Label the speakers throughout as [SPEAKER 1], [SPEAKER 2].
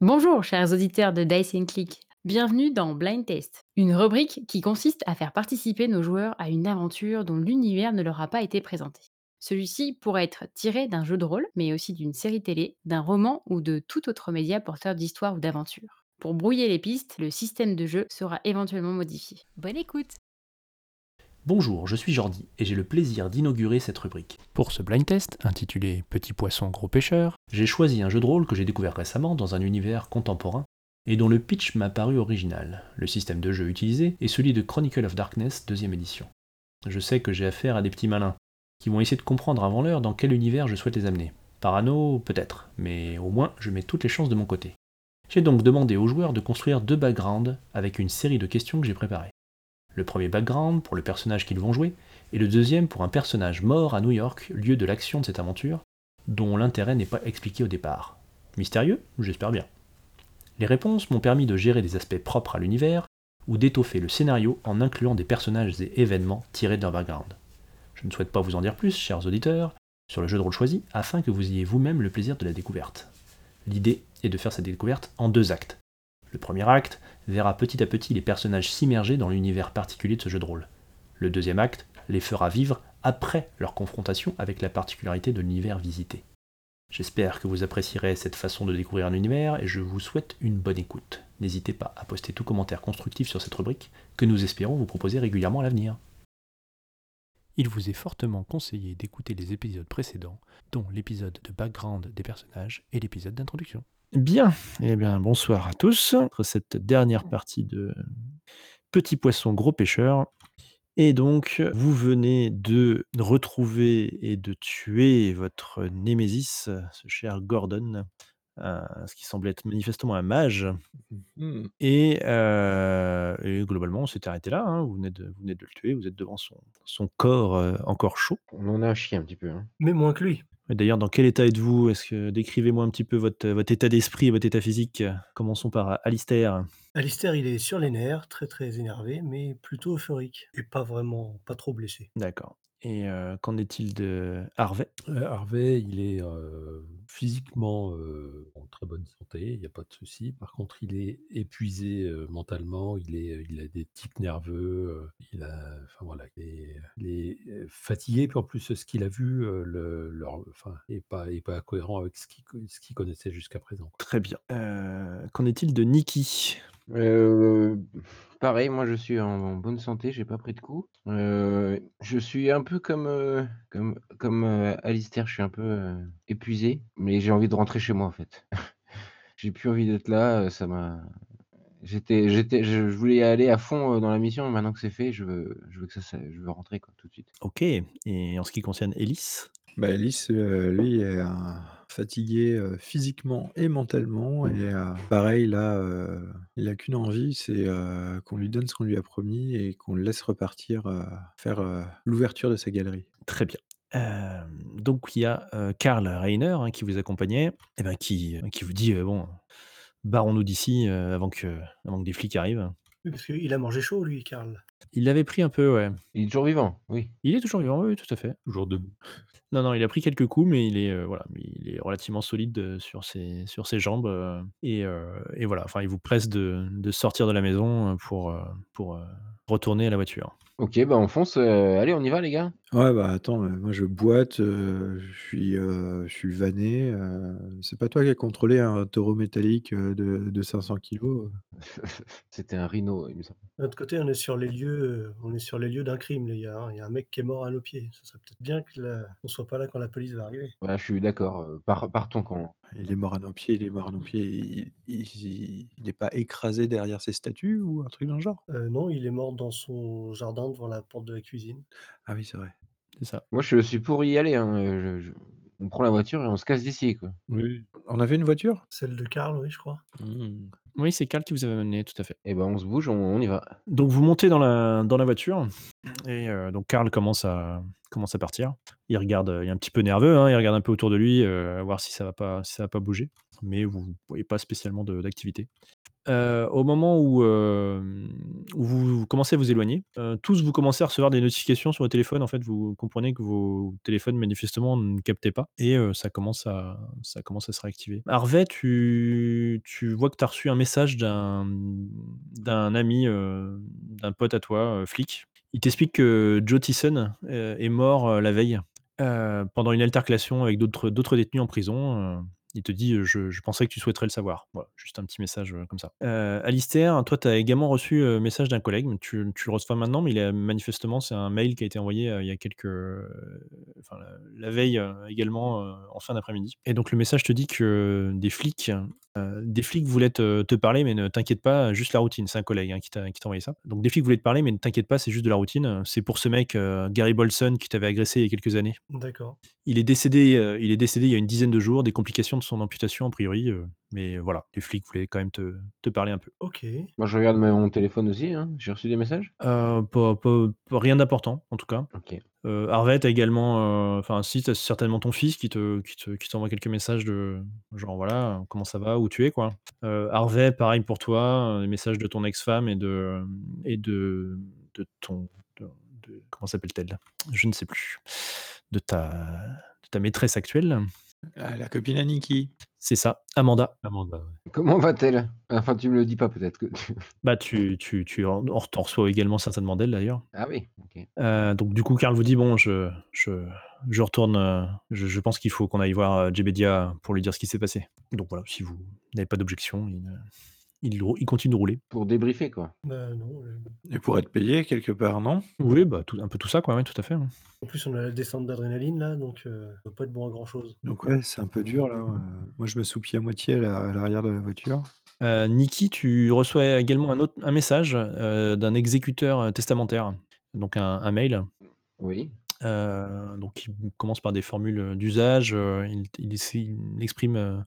[SPEAKER 1] Bonjour, chers auditeurs de Dice and Click. Bienvenue dans Blind Test, une rubrique qui consiste à faire participer nos joueurs à une aventure dont l'univers ne leur a pas été présenté. Celui-ci pourrait être tiré d'un jeu de rôle, mais aussi d'une série télé, d'un roman ou de tout autre média porteur d'histoire ou d'aventure. Pour brouiller les pistes, le système de jeu sera éventuellement modifié.
[SPEAKER 2] Bonne écoute
[SPEAKER 3] Bonjour, je suis Jordi et j'ai le plaisir d'inaugurer cette rubrique.
[SPEAKER 4] Pour ce blind test, intitulé Petit poisson gros pêcheur,
[SPEAKER 3] J'ai choisi un jeu de rôle que j'ai découvert récemment dans un univers contemporain et dont le pitch m'a paru original. Le système de jeu utilisé est celui de Chronicle of Darkness 2 édition. Je sais que j'ai affaire à des petits malins qui vont essayer de comprendre avant l'heure dans quel univers je souhaite les amener. Parano, peut-être, mais au moins je mets toutes les chances de mon côté. J'ai donc demandé aux joueurs de construire deux backgrounds avec une série de questions que j'ai préparées. Le premier background pour le personnage qu'ils vont jouer, et le deuxième pour un personnage mort à New York, lieu de l'action de cette aventure, dont l'intérêt n'est pas expliqué au départ. Mystérieux J'espère bien. Les réponses m'ont permis de gérer des aspects propres à l'univers, ou d'étoffer le scénario en incluant des personnages et événements tirés d'un background. Je ne souhaite pas vous en dire plus, chers auditeurs, sur le jeu de rôle choisi, afin que vous ayez vous-même le plaisir de la découverte. L'idée est de faire cette découverte en deux actes. Le premier acte verra petit à petit les personnages s'immerger dans l'univers particulier de ce jeu de rôle. Le deuxième acte les fera vivre après leur confrontation avec la particularité de l'univers visité. J'espère que vous apprécierez cette façon de découvrir un univers et je vous souhaite une bonne écoute. N'hésitez pas à poster tout commentaire constructif sur cette rubrique que nous espérons vous proposer régulièrement à l'avenir.
[SPEAKER 4] il vous est fortement conseillé d'écouter les épisodes précédents, dont l'épisode de background des personnages et l'épisode d'introduction.
[SPEAKER 5] Bien, eh bien bonsoir à tous pour cette dernière partie de Petit Poisson Gros Pêcheur. Et donc, euh, vous venez de retrouver et de tuer votre némésis, euh, ce cher Gordon, euh, ce qui semblait être manifestement un mage. Et, euh, et globalement, on s'est arrêté là. hein. Vous, venez de, vous venez de le tuer, vous êtes devant son, son corps euh, encore chaud.
[SPEAKER 6] On en a un chien un petit peu. hein.
[SPEAKER 7] Mais moins que lui.
[SPEAKER 5] Et D'ailleurs, dans quel état êtes-vous Est-ce que décrivez-moi un petit peu votre, votre état d'esprit et votre état physique Commençons par euh, Alistair.
[SPEAKER 7] Alistair, il est sur les nerfs, très très énervé, mais plutôt euphorique. Et pas vraiment, pas trop blessé.
[SPEAKER 5] D'accord. Et euh, qu'en est-il de Harvey
[SPEAKER 8] Euh, Harvey, il est euh, physiquement euh, en très bonne santé, il n'y a pas de souci. Par contre, il est épuisé euh, mentalement, il, est, il a des tics nerveux, euh, il, a, enfin, voilà, il est, il est, euh, fatigué. Puis en plus, ce qu'il a vu euh, le, leur- enfin, est, pas, est pas cohérent avec ce qu'il co- ce qu'il connaissait jusqu'à présent. quoi.
[SPEAKER 5] Très bien. Euh, qu'en est-il de Nikki
[SPEAKER 6] Euh, pareil, moi je suis en, en bonne santé, j'ai pas pris de coup. Euh, je suis un peu comme, euh, comme, comme euh, Alistair, je suis un peu euh, épuisé, mais j'ai envie de rentrer chez moi en fait. j'ai plus envie d'être là, euh, ça m'a. J'étais, j'étais, je je voulais aller à fond euh, dans la mission, mais maintenant que c'est fait, je veux, je veux que ça, ça- je veux rentrer quoi, tout de suite.
[SPEAKER 5] Ok. Et en ce qui concerne Ellis
[SPEAKER 9] Bah, Alice, euh, lui, est un- fatigué euh, physiquement et mentalement. Et euh, pareil, là, euh, il n'a qu'une envie, c'est euh, qu'on lui donne ce qu'on lui a promis et qu'on le laisse repartir euh, faire euh, l'ouverture de sa galerie.
[SPEAKER 5] Très bien. Euh, donc, il y a euh, Karl Reiner hein, qui vous accompagnait, et ben, qui, qui vous dit euh, bon, barrons-nous d'ici euh, avant, que, avant que des flics arrivent.
[SPEAKER 7] Oui, parce qu'il a mangé chaud, lui, Karl.
[SPEAKER 5] Il l'avait pris un peu, ouais.
[SPEAKER 6] Il est toujours vivant, oui.
[SPEAKER 5] Il est toujours vivant, oui, tout à fait.
[SPEAKER 8] Toujours debout.
[SPEAKER 5] Non, non, il a pris quelques coups, mais il est, euh, voilà, mais il est relativement solide euh, sur ses, sur ses jambes. euh, et, euh, et voilà, enfin, il vous presse de, de sortir de la maison euh, pour, euh, pour euh, retourner à la voiture.
[SPEAKER 6] Ok, bah on fonce. euh, allez, on y va les gars.
[SPEAKER 9] Ouais, bah attends, euh, moi je boite, euh, je suis, euh, je suis vanné. euh, c'est pas toi qui as contrôlé un taureau métallique euh, de, de 500 kilos. euh.
[SPEAKER 6] C'était un rhino, il me semble.
[SPEAKER 7] De notre côté, on est sur les lieux, euh, on est sur les lieux d'un crime, les gars. hein. Il y a un mec qui est mort à nos pieds. Ça serait peut-être bien que la- on soit pas là quand la police va arriver.
[SPEAKER 6] Voilà, je suis d'accord. euh, par- partons quand.
[SPEAKER 9] Il est mort à nos pieds, il est mort à nos pieds. Il- il- Il n'est pas écrasé derrière ses statues ou un truc dans le genre
[SPEAKER 7] Euh, non, il est mort dans son jardin devant la porte de la cuisine.
[SPEAKER 9] Ah oui, c'est vrai.
[SPEAKER 5] C'est ça.
[SPEAKER 6] Moi, je suis pour y aller. hein, euh, je- je- On prend la voiture et on se casse d'ici. Quoi.
[SPEAKER 9] Oui. On avait une voiture
[SPEAKER 7] Celle de Karl, oui, je crois.
[SPEAKER 8] Mmh.
[SPEAKER 5] Oui, c'est Karl qui vous avait amené, tout à fait.
[SPEAKER 6] Eh Et ben, on se bouge, on, on y va.
[SPEAKER 5] Donc, vous montez dans la, dans la voiture. Et euh, donc Karl commence à, commence à partir. Il regarde, euh, il est un petit peu nerveux, hein, il regarde un peu autour de lui, euh, voir si ça va pas, si ça va pas bouger. Mais vous ne voyez pas spécialement de- d'activité. Euh, au moment où, euh, où vous, vous commencez à vous éloigner, euh, tous vous commencez à recevoir des notifications sur vos téléphones. En fait, vous comprenez que vos téléphones manifestement ne captaient pas et euh, ça, commence à, ça commence à se réactiver. Harvey, tu, tu vois que tu as reçu un message d'un d'un ami, euh, d'un pote à toi, euh, flic, il t'explique que Joe Tyson euh, est mort euh, la veille euh, pendant une altercation avec d'autres d'autres détenus en prison. euh, il te dit euh, je, je pensais que tu souhaiterais le savoir. Voilà, juste un petit message euh, comme ça. Euh, Alistair, toi, tu as également reçu un message d'un collègue. mais Tu, tu le reçois maintenant, mais il a, manifestement, c'est un mail qui a été envoyé euh, il y a quelques. euh, enfin, la, la veille euh, également, euh, en fin d'après-midi. Et donc, le message te dit que des flics euh, des flics voulaient te, te parler, mais ne t'inquiète pas, juste la routine. C'est un collègue hein, qui t'a qui t'a envoyé ça. Donc des flics voulaient te parler, mais ne t'inquiète pas, c'est juste de la routine. C'est pour ce mec, euh, Gary Bolson, qui t'avait agressé il y a quelques années.
[SPEAKER 7] D'accord.
[SPEAKER 5] Il est, décédé, euh, il est décédé il y a une dizaine de jours, des complications de son amputation, a priori. euh, mais voilà, les flics voulaient quand même te, te parler un peu.
[SPEAKER 7] Ok.
[SPEAKER 6] Moi, je regarde mon téléphone aussi. hein. J'ai reçu des messages.
[SPEAKER 5] Euh, pas- pas- pas- rien d'important, en tout cas.
[SPEAKER 6] Ok.
[SPEAKER 5] Euh, Harvey, t'as également, euh, enfin, si, t'as certainement ton fils qui te, qui te- qui t'envoie quelques messages de genre, voilà, euh, comment ça va, où tu es, quoi. Euh, Harvey, pareil pour toi, euh, des messages de ton ex-femme et de, et de, de ton, de- de- comment s'appelle-t-elle Je ne sais plus. De ta, de ta maîtresse actuelle.
[SPEAKER 9] Ah, la copine à Nikki.
[SPEAKER 5] C'est ça, Amanda.
[SPEAKER 8] Amanda, ouais.
[SPEAKER 6] Comment va-t-elle Enfin, tu me le dis pas peut-être que. tu-
[SPEAKER 5] Bah, tu, tu, tu en, en t'en reçois également certainement d'elle d'ailleurs.
[SPEAKER 6] Ah oui. Ok.
[SPEAKER 5] Euh, donc du coup, Karl vous dit bon, je, je, je retourne. euh, je, je pense qu'il faut qu'on aille voir euh, Jebedia pour lui dire ce qui s'est passé. Donc voilà, si vous n'avez pas d'objection, il, euh, il, rou- il continue de rouler.
[SPEAKER 6] Pour débriefer quoi.
[SPEAKER 7] Bah non. euh,
[SPEAKER 9] Et pour être payé quelque part, non
[SPEAKER 5] Oui, bah tout- un peu tout ça, quoi, ouais, tout à fait. hein. ouais.
[SPEAKER 7] En plus, on a la descente d'adrénaline là, donc euh, ça peut pas être bon à grand chose.
[SPEAKER 9] Donc ouais, c'est un peu dur là. ouais. Moi, je me soupis à moitié à la- à l'arrière de la voiture.
[SPEAKER 5] Euh, Niki, tu reçois également un, autre, un message euh, d'un exécuteur euh, testamentaire, donc un, un mail.
[SPEAKER 6] Oui.
[SPEAKER 5] Euh, donc il commence par des formules d'usage. euh, il, il- il exprime euh,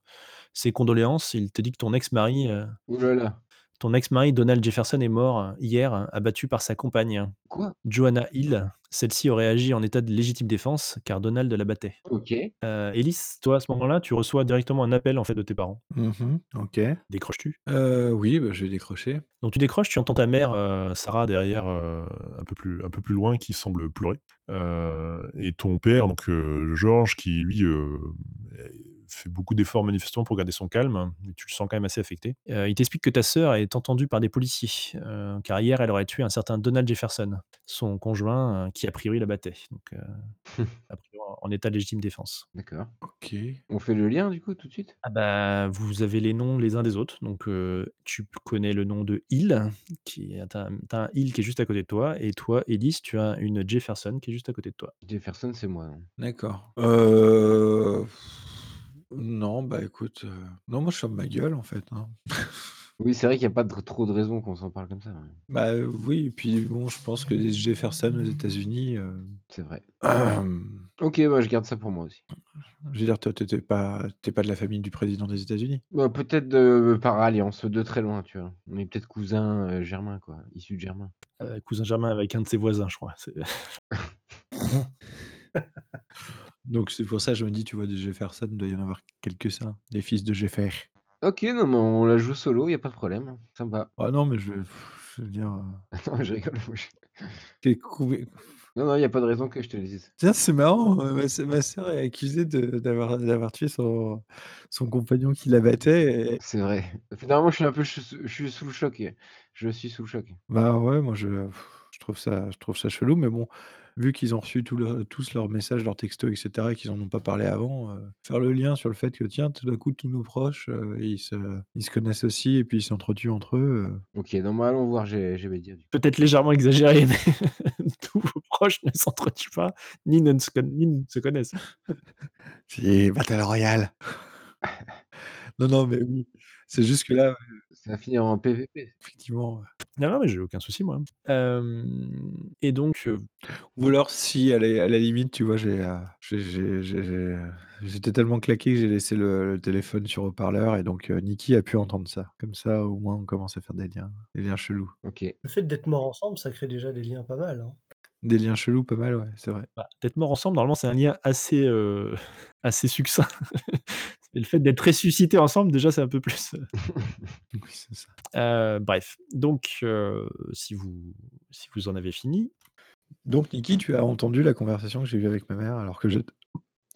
[SPEAKER 5] ses condoléances. Il te dit que ton ex-mari euh,
[SPEAKER 6] Ouh là là.
[SPEAKER 5] Ton ex-mari Donald Jefferson est mort euh, hier, euh, abattu par sa compagne,
[SPEAKER 6] Quoi
[SPEAKER 5] Joanna Hill. Celle-ci aurait agi en état de légitime défense car Donald la battait.
[SPEAKER 6] Ok.
[SPEAKER 5] Euh, Elise, toi à ce moment-là, tu reçois directement un appel en fait de tes parents.
[SPEAKER 9] Mhm, ok.
[SPEAKER 5] Décroches-tu
[SPEAKER 9] Euh, oui, bah, je vais décrocher.
[SPEAKER 5] Donc tu décroches, tu entends ta mère.
[SPEAKER 4] Euh, Sarah derrière, euh, un, peu plus, un peu plus loin, qui semble pleurer. Euh, et ton père, donc euh, Georges, qui lui euh, fait beaucoup d'efforts manifestement pour garder son calme, mais tu le sens quand même assez affecté.
[SPEAKER 5] Euh, il t'explique que ta sœur est entendue par des policiers euh, car hier elle aurait tué un certain Donald Jefferson, son conjoint euh, qui a priori la battait. Donc euh, a priori, en état de légitime défense.
[SPEAKER 6] D'accord.
[SPEAKER 9] Ok.
[SPEAKER 6] On fait le lien du coup tout de suite.
[SPEAKER 5] Ah bah, vous avez les noms les uns des autres. Donc, euh, tu connais le nom de Hill, qui est t'as un, t'as un Hill qui est juste à côté de toi, et toi, Elise, tu as une Jefferson qui est juste à côté de toi.
[SPEAKER 6] Jefferson, c'est moi. non
[SPEAKER 9] D'accord. Euh... Non, bah écoute, euh, non, moi je ferme ma gueule en fait. hein.
[SPEAKER 6] Oui, c'est vrai qu'il n'y a pas de- trop de raisons qu'on s'en parle comme ça. ouais.
[SPEAKER 9] Bah euh, oui, et puis bon, je pense que les Jefferson aux États-Unis, euh,
[SPEAKER 6] C'est vrai.
[SPEAKER 9] je
[SPEAKER 6] Ok, bah, je garde ça pour moi aussi.
[SPEAKER 9] veux dire, toi, t'étais pas, t'es pas de la famille du président des États-Unis.
[SPEAKER 6] Bah, peut-être de- par alliance, de très loin, tu vois. On est peut-être cousins euh, germains, quoi. Issus de germains.
[SPEAKER 5] Euh, cousin Germain avec un de ses voisins, je crois. C'est-
[SPEAKER 9] Donc c'est pour ça, je me dis, tu vois, des Jefferson, il doit y en avoir quelques-uns, des fils de Jeffer.
[SPEAKER 6] Ok, non, mais on la joue solo, il a pas de problème. Ça me va.
[SPEAKER 9] Ah non, mais je, pff, je veux dire, euh,
[SPEAKER 6] non, je rigole. moi, je-
[SPEAKER 9] t'es couvé-
[SPEAKER 6] Non, non, il n'y a pas de raison que je te le dise.
[SPEAKER 9] Tiens, c'est marrant, euh, ma, sœur- ma sœur est accusée de- d'avoir d'avoir tué son, son compagnon qui la battait. et-
[SPEAKER 6] C'est vrai. Finalement, je suis un peu je suis- je suis sous le choc. Je suis sous le choc.
[SPEAKER 9] Bah ouais, moi je, pff, je trouve ça, je trouve ça chelou, mais bon, vu qu'ils ont reçu tout leur- tous leurs messages, leurs textos, etc., et qu'ils en ont pas parlé avant, euh, faire le lien sur le fait que tiens, tout d'un coup, tous nos proches, euh, ils, se, ils se connaissent aussi et puis ils s'entretuent entre eux. euh.
[SPEAKER 6] Ok, non, mais allons voir, j'ai j'ai mes dire.
[SPEAKER 5] Peut-être légèrement exagéré, mais tous vos proches ne s'entretuent pas, ni ne se, conna- ni ne se connaissent.
[SPEAKER 9] C'est Battle Royale. non, non, mais oui, c'est juste que là,
[SPEAKER 6] Ça va finir en PVP.
[SPEAKER 9] effectivement.
[SPEAKER 5] Non, non, mais j'ai aucun souci, moi. Euh, et donc, euh,
[SPEAKER 9] Ou alors, si à la, à la limite, tu vois, j'ai, euh, j'ai- j'ai- j'ai- j'ai- j'étais tellement claqué que j'ai laissé le, le téléphone sur haut-parleur et donc euh, Nikki a pu entendre ça. Comme ça, au moins, on commence à faire des liens, des liens chelous.
[SPEAKER 6] Ok.
[SPEAKER 7] Le fait d'être mort ensemble, ça crée déjà des liens pas mal. hein.
[SPEAKER 9] Des liens chelous, pas mal, ouais, c'est vrai.
[SPEAKER 5] Bah, d'être mort ensemble, normalement, c'est un lien assez, euh, assez succinct. Et le fait d'être ressuscité ensemble, déjà, c'est un peu plus.
[SPEAKER 9] Oui, c'est ça.
[SPEAKER 5] Euh, bref, donc, euh, si, vous, si vous en avez fini,
[SPEAKER 9] Donc, Niki, tu as entendu la conversation que j'ai eue avec ma mère alors que j'étais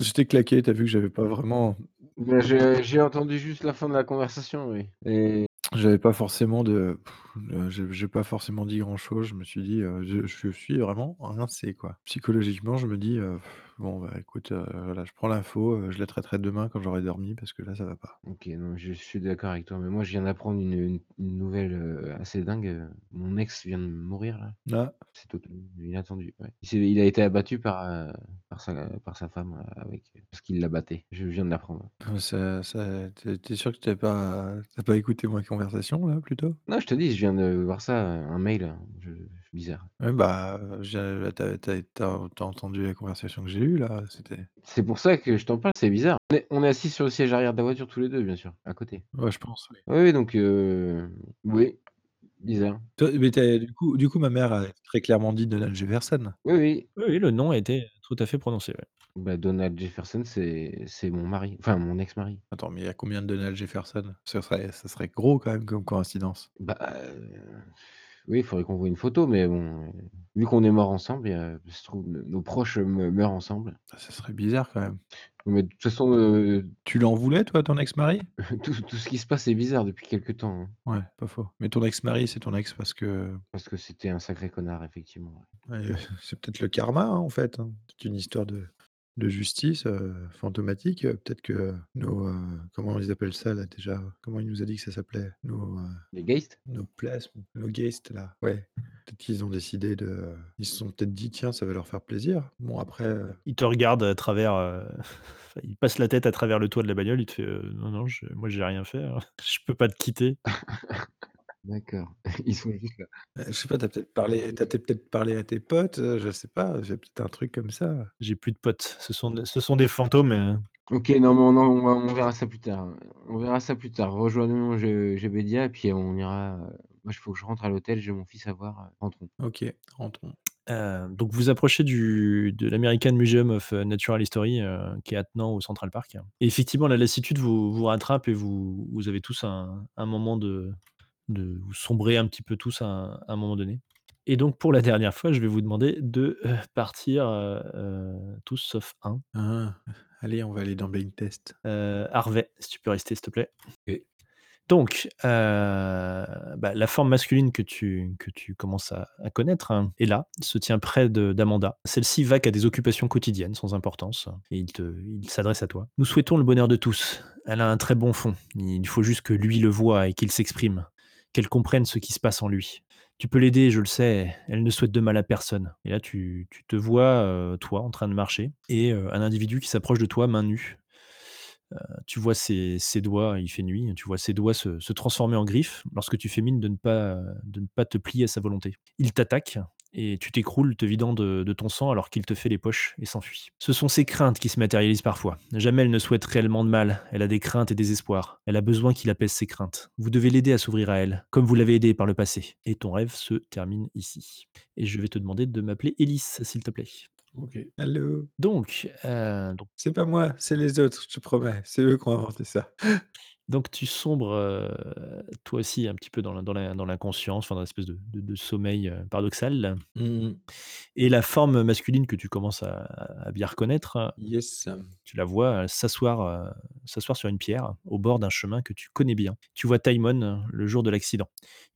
[SPEAKER 9] j'étais claqué, t'as vu que j'avais pas vraiment.
[SPEAKER 6] Ben, j'ai j'ai entendu juste la fin de la conversation, oui. Et
[SPEAKER 9] J'avais pas forcément de. pff, euh, J'ai j'ai pas forcément dit grand chose. Je me suis dit, euh, je, je suis vraiment rincé, quoi. Psychologiquement, je me dis, euh, pff, bon, bah écoute, euh, voilà, je prends l'info, euh, je la traiterai demain quand j'aurai dormi parce que là, ça va pas.
[SPEAKER 6] Ok, non, je suis d'accord avec toi, mais moi je viens d'apprendre une, une- une nouvelle euh, assez dingue. euh, Mon ex vient de mourir là.
[SPEAKER 9] Ah,
[SPEAKER 6] C'est totalement inattendu. ouais. Il, s'est- il a été abattu par, euh, par, sa, par sa femme euh, avec parce qu'il la battait. Je viens de l'apprendre.
[SPEAKER 9] euh, ça, ça- t'es t'es sûr que t'as pas, t'as pas écouté ma conversation, là, plutôt
[SPEAKER 6] Non, je te dis, je viens de voir ça, euh, un mail. euh, je- je- bizarre.
[SPEAKER 9] Ouais, bah, euh, j'ai- t'as t'as- t'as- t'as entendu la conversation que j'ai eue, là, c'était.
[SPEAKER 6] C'est pour ça que je t'en parle, c'est bizarre. On est, on est assis sur le siège arrière de la voiture tous les deux, bien sûr, à côté.
[SPEAKER 9] Ouais, je pense. oui.
[SPEAKER 6] Oui, oui, donc euh, oui, bizarre.
[SPEAKER 9] Toi, mais t'as- du coup, du coup, ma mère a très clairement dit Donald Jefferson.
[SPEAKER 6] Oui, oui.
[SPEAKER 5] oui, oui, le nom a été tout à fait prononcé. ouais.
[SPEAKER 6] Bah, Donald Jefferson, c'est c'est mon mari, enfin mon ex-mari.
[SPEAKER 9] Attends, mais il y a combien de Donald Jefferson Ce serait, ça serait gros quand même comme coïncidence.
[SPEAKER 6] Bah, euh, oui, il faudrait qu'on voit une photo, mais bon, euh, vu qu'on est morts ensemble, et, euh, se trouve, nos nos proches me- meurent ensemble.
[SPEAKER 9] Ça Ah, serait bizarre quand même.
[SPEAKER 6] Mais de toute façon, euh,
[SPEAKER 9] Tu l'en voulais, toi, ton ex-mari
[SPEAKER 6] tout, tout ce qui se passe est bizarre depuis quelques temps, hein,
[SPEAKER 9] Ouais, pas faux. Mais ton ex-mari, c'est ton ex parce que.
[SPEAKER 6] parce que c'était un sacré connard, effectivement. ouais.
[SPEAKER 9] ouais, c'est peut-être le karma, hein, en fait. hein. C'est une histoire de, de justice euh, fantomatique. Euh, Peut-être que nos. euh, comment ils appellent ça, là, déjà Comment il nous a dit que ça s'appelait Nos. euh,
[SPEAKER 6] Les Geist
[SPEAKER 9] nos plasmes, nos guests là. Ouais. Peut-être qu'ils ont décidé de. Ils se sont peut-être dit, tiens, ça va leur faire plaisir. Bon, après, euh,
[SPEAKER 5] Il te regarde à travers. euh, enfin, il passe la tête à travers le toit de la bagnole. Il te fait euh, Non, non, je- moi, j'ai rien fait. hein. Je peux pas te quitter.
[SPEAKER 6] D'accord. Ils sont juste là.
[SPEAKER 9] euh, je sais pas, t'as peut-être parlé, t'as peut-être parlé à tes potes, euh, je sais pas, j'ai peut-être un truc comme ça.
[SPEAKER 5] J'ai plus de potes. Ce sont, ce sont des fantômes. euh.
[SPEAKER 6] Ok, non, mais on, en- on, va- on verra ça plus tard. On verra ça plus tard. Rejoignons G- GBDA, puis on ira. euh, Moi, il faut que je rentre à l'hôtel, j'ai mon fils à voir. euh, Rentrons.
[SPEAKER 9] Ok, rentrons.
[SPEAKER 5] Euh, donc, vous approchez du, de l'American Museum of Natural History euh, qui est attenant au Central Park. Et effectivement, la lassitude vous, vous rattrape et vous, vous avez tous un, un moment de, de. Vous sombrez un petit peu tous à un, à un moment donné. Et donc, pour la dernière fois, je vais vous demander de euh, partir euh, euh, tous sauf un.
[SPEAKER 9] Ah, allez, on va aller dans Blind Test.
[SPEAKER 5] Euh, Harvey, si tu peux rester, s'il te plaît.
[SPEAKER 8] Ok.
[SPEAKER 5] Donc, euh, bah, la forme masculine que tu, que tu commences à, à connaître hein, est là, se tient près de- d'Amanda. Celle-ci vaque à des occupations quotidiennes sans importance et il, te- il s'adresse à toi. Nous souhaitons le bonheur de tous. Elle a un très bon fond. Il faut juste que lui le voie et qu'il s'exprime, qu'elle comprenne ce qui se passe en lui. Tu peux l'aider, je le sais, elle ne souhaite de mal à personne. Et là, tu, tu te vois, euh, toi, en train de marcher, et euh, un individu qui s'approche de toi, main nue, tu vois ses, ses doigts, il fait nuit, tu vois ses doigts se, se transformer en griffes lorsque tu fais mine de ne pas, de ne pas te plier à sa volonté. Il t'attaque et tu t'écroules te vidant de, de ton sang alors qu'il te fait les poches et s'enfuit. Ce sont ses craintes qui se matérialisent parfois. Jamais elle ne souhaite réellement de mal, elle a des craintes et des espoirs. Elle a besoin qu'il apaise ses craintes. Vous devez l'aider à s'ouvrir à elle, comme vous l'avez aidé par le passé. Et ton rêve se termine ici. Et je vais te demander de m'appeler Elise, s'il te plaît.
[SPEAKER 8] Ok.
[SPEAKER 9] Allô
[SPEAKER 5] Donc, euh, donc
[SPEAKER 9] C'est pas moi, c'est les autres, je te promets. C'est eux qui ont inventé ça.
[SPEAKER 5] Donc tu sombres euh, toi aussi un petit peu dans la- dans la- dans l'inconscience, enfin dans l'espèce de, de- de sommeil euh, paradoxal. là.
[SPEAKER 9] Mmh,
[SPEAKER 5] Et la forme masculine que tu commences à, à bien reconnaître, euh,
[SPEAKER 9] Yes.
[SPEAKER 5] tu la vois euh, s'asseoir euh, s'asseoir sur une pierre au bord d'un chemin que tu connais bien. Tu vois Timon euh, le jour de l'accident.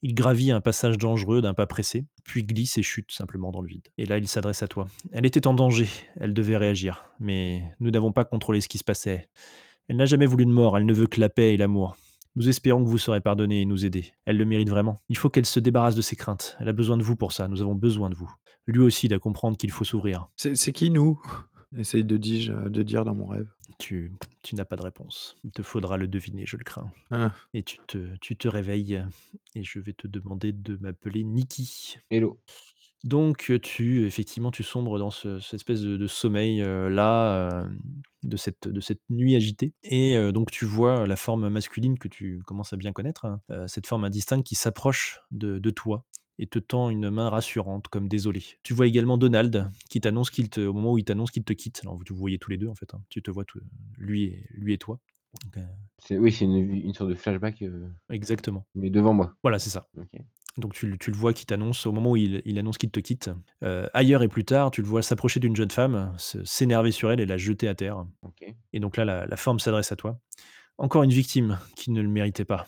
[SPEAKER 5] Il gravit un passage dangereux d'un pas pressé, puis glisse et chute simplement dans le vide. Et là, il s'adresse à toi. Elle était en danger, elle devait réagir, mais nous n'avons pas contrôlé ce qui se passait. Elle n'a jamais voulu de mort, elle ne veut que la paix et l'amour. Nous espérons que vous saurez pardonner et nous aider. Elle le mérite vraiment. Il faut qu'elle se débarrasse de ses craintes. Elle a besoin de vous pour ça, nous avons besoin de vous. Lui aussi, il doit comprendre qu'il faut s'ouvrir.
[SPEAKER 9] C'est c'est qui nous Essaye de, dis- de dire dans mon rêve.
[SPEAKER 5] Tu, tu n'as pas de réponse. Il te faudra le deviner, je le crains.
[SPEAKER 9] Ah.
[SPEAKER 5] Et tu te, tu te réveilles euh, et je vais te demander de m'appeler Nikki.
[SPEAKER 6] Hello.
[SPEAKER 5] Donc euh, tu effectivement tu sombres dans ce- cette espèce de, de sommeil euh, là euh, de cette de cette nuit agitée et euh, donc tu vois la forme masculine que tu commences à bien connaître hein, euh, cette forme indistincte qui s'approche de, de toi et te tend une main rassurante comme désolé. Tu vois également Donald qui t'annonce qu'il te, au moment où il t'annonce qu'il te quitte. Alors vous vous voyez tous les deux en fait. hein. Tu te vois tout- lui et lui et toi. Donc, euh,
[SPEAKER 6] C'est- Oui, c'est une, une sorte de flashback, euh,
[SPEAKER 5] exactement.
[SPEAKER 6] mais devant moi.
[SPEAKER 5] Voilà, c'est ça.
[SPEAKER 6] Ok.
[SPEAKER 5] Donc tu, le- tu le vois qui t'annonce, au moment où il, il annonce qu'il te quitte, euh, ailleurs et plus tard, tu le vois s'approcher d'une jeune femme, se- s'énerver sur elle et la jeter à terre.
[SPEAKER 6] ok.
[SPEAKER 5] Et donc là, la, la forme s'adresse à toi. Encore une victime qui ne le méritait pas.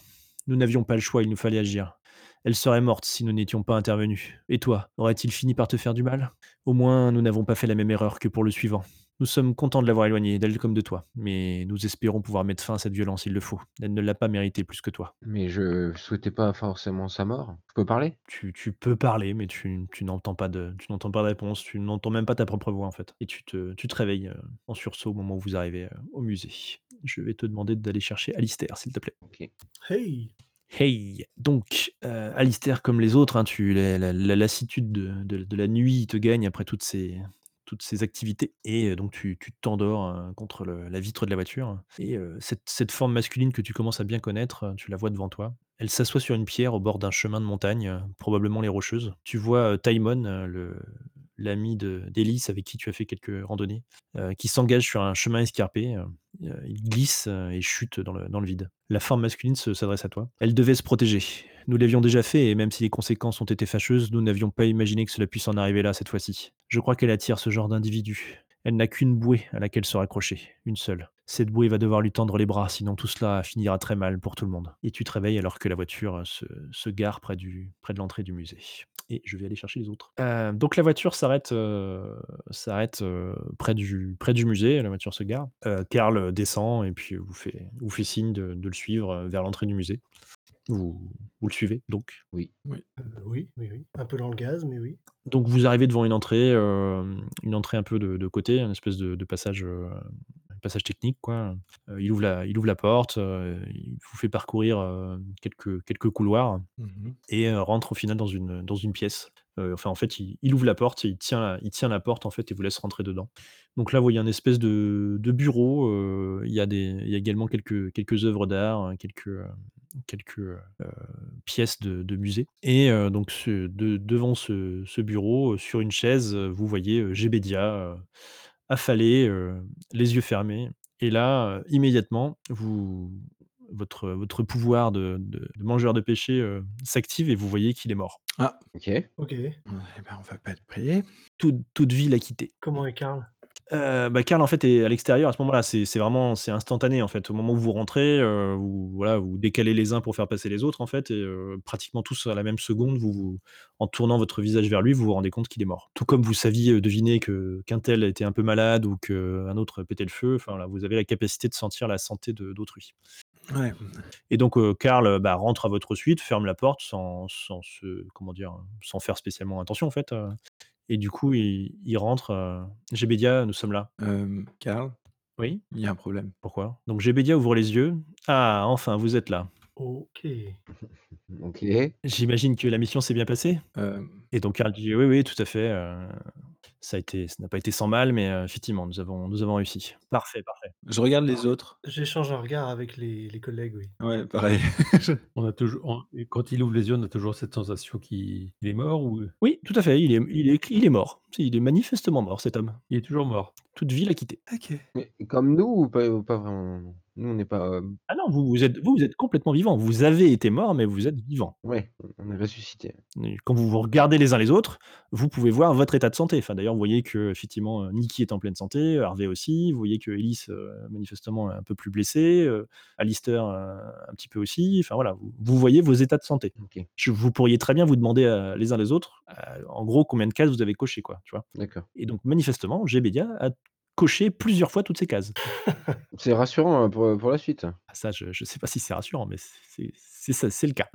[SPEAKER 5] Nous n'avions pas le choix, il nous fallait agir. Elle serait morte si nous n'étions pas intervenus. Et toi, aurait-il fini par te faire du mal Au moins, nous n'avons pas fait la même erreur que pour le suivant. Nous sommes contents de l'avoir éloignée, d'elle comme de toi. Mais nous espérons pouvoir mettre fin à cette violence, il le faut. Elle ne l'a pas méritée plus que toi.
[SPEAKER 6] Mais je souhaitais pas forcément sa mort. Je peux parler
[SPEAKER 5] tu, tu peux parler, mais tu, tu n'entends pas de, tu n'entends pas de réponse, tu n'entends même pas ta propre voix en fait. Et tu te, tu te réveilles euh, en sursaut au moment où vous arrivez euh, au musée. Je vais te demander d'aller chercher Alistair, s'il te plaît.
[SPEAKER 7] Hey
[SPEAKER 5] Hey Donc, euh, Alistair, comme les autres, hein, tu, la, la- la lassitude de, de- de la nuit te gagne après toutes ces, toutes ces activités. Et euh, donc, tu tu t'endors euh, contre le- la vitre de la voiture. Et euh, cette, cette forme masculine que tu commences à bien connaître, euh, tu la vois devant toi. Elle s'assoit sur une pierre au bord d'un chemin de montagne, euh, probablement les rocheuses. Tu vois euh, Timon, euh, le- l'ami de- d'Elise avec qui tu as fait quelques randonnées, euh, qui s'engage sur un chemin escarpé. euh, euh, il glisse euh, et chute dans le, dans le vide. La forme masculine se- s'adresse à toi. Elle devait se protéger. Nous l'avions déjà fait, et même si les conséquences ont été fâcheuses, nous n'avions pas imaginé que cela puisse en arriver là cette fois-ci. Je crois qu'elle attire ce genre d'individu. Elle n'a qu'une bouée à laquelle se raccrocher, une seule. Cette bouée va devoir lui tendre les bras, sinon tout cela finira très mal pour tout le monde. Et tu te réveilles alors que la voiture euh, se, se gare près, du, près de l'entrée du musée. Et je vais aller chercher les autres. Euh, donc la voiture s'arrête euh, s'arrête euh, près, du, près du musée, la voiture se gare. Euh, Karl descend et puis vous fait, vous fait signe de, de le suivre euh, vers l'entrée du musée. Vous, vous le suivez donc.
[SPEAKER 7] Euh, Oui, oui, oui. Un peu dans le gaz, mais oui.
[SPEAKER 5] Donc vous arrivez devant une entrée, euh, une entrée un peu de, de côté, une espèce de, de passage, euh, un passage technique quoi. Euh, il ouvre la, il ouvre la porte, euh, il vous fait parcourir euh, quelques, quelques couloirs
[SPEAKER 9] Mmh.
[SPEAKER 5] et euh, rentre au final dans une, dans une pièce. Euh, enfin, en fait, il, il ouvre la porte, et il tient, la, il tient la porte en fait et vous laisse rentrer dedans. Donc là, vous voyez un espèce de, de bureau. euh, il, y a des, il y a également quelques, quelques œuvres d'art, hein, quelques, euh, quelques euh, pièces de, de musée. Et euh, donc ce- de- devant ce, ce bureau, euh, sur une chaise, euh, vous voyez euh, Gébedia euh, affalé, euh, les yeux fermés. Et là, euh, immédiatement, vous, votre, votre pouvoir de, de- de mangeur de péché euh, s'active et vous voyez qu'il est mort.
[SPEAKER 6] Ok.
[SPEAKER 7] Ok.
[SPEAKER 9] Eh ben, on va pas te prier.
[SPEAKER 5] Toute, toute vie l'a quitté.
[SPEAKER 7] Comment est Karl
[SPEAKER 5] Euh, bah, Karl, en fait, est à l'extérieur à ce moment-là. C'est c'est vraiment c'est instantané, en fait. Au moment où vous rentrez, euh, vous, voilà, vous décalez les uns pour faire passer les autres, en fait. Et euh, pratiquement tous à la même seconde, vous, vous- en tournant votre visage vers lui, vous vous rendez compte qu'il est mort. Tout comme vous saviez euh, deviner que- qu'un tel était un peu malade ou qu'un autre pétait le feu, enfin, voilà, vous avez la capacité de sentir la santé de- d'autrui.
[SPEAKER 9] Ouais.
[SPEAKER 5] Et donc, euh, Karl euh, bah, rentre à votre suite, ferme la porte sans, sans, se- comment dire, sans faire spécialement attention, en fait. euh. Et du coup, il, il rentre. euh, Gébedia, nous sommes là.
[SPEAKER 9] Euh, Karl,
[SPEAKER 5] Oui.
[SPEAKER 9] il y a un problème.
[SPEAKER 5] Pourquoi Donc Gébedia ouvre les yeux. Ah, enfin, vous êtes là.
[SPEAKER 7] Ok.
[SPEAKER 6] Ok.
[SPEAKER 5] J'imagine que la mission s'est bien passée
[SPEAKER 9] Euh,
[SPEAKER 5] Et donc Karl dit, oui, oui, tout à fait. euh, ça a été, ça n'a pas été sans mal, mais euh, effectivement, nous avons, nous avons réussi. Parfait, parfait.
[SPEAKER 9] je regarde les autres.
[SPEAKER 7] J'échange un regard avec les, les collègues, oui.
[SPEAKER 9] Ah. Ouais, pareil.
[SPEAKER 8] On a toujours, on- et quand il ouvre les yeux, on a toujours cette sensation qu'il il est mort ou
[SPEAKER 5] Oui, tout à fait, il est, il est, il est mort. Il est manifestement mort, cet homme.
[SPEAKER 8] il est toujours mort.
[SPEAKER 5] Toute vie l'a quitté.
[SPEAKER 9] ok.
[SPEAKER 6] Mais comme nous ou pas, ou pas vraiment Nous, on n'est pas. euh,
[SPEAKER 5] Ah non, vous, vous êtes, vous, vous êtes complètement vivant. Vous avez été mort, mais vous êtes vivant.
[SPEAKER 6] Ouais, on est ressuscité.
[SPEAKER 5] Et Quand vous vous regardez les uns les autres, vous pouvez voir votre état de santé. Enfin, d'ailleurs, vous voyez que effectivement, euh, Nikki est en pleine santé, euh, Harvey aussi. Vous voyez que Elise, euh, manifestement, est un peu plus blessée, euh, Alistair euh, un petit peu aussi. Enfin voilà, vous, vous voyez vos états de santé.
[SPEAKER 6] Ok,
[SPEAKER 5] Je- vous pourriez très bien vous demander euh, les uns les autres, euh, en gros, combien de cases vous avez coché, quoi. Tu vois.
[SPEAKER 6] d'accord.
[SPEAKER 5] Et donc, manifestement, Gbedia a coché plusieurs fois toutes ces cases.
[SPEAKER 6] C'est rassurant hein, pour, pour la suite.
[SPEAKER 5] Ah, Ça, je ne sais pas si c'est rassurant, mais c'est- c'est c'est ça, c'est le cas.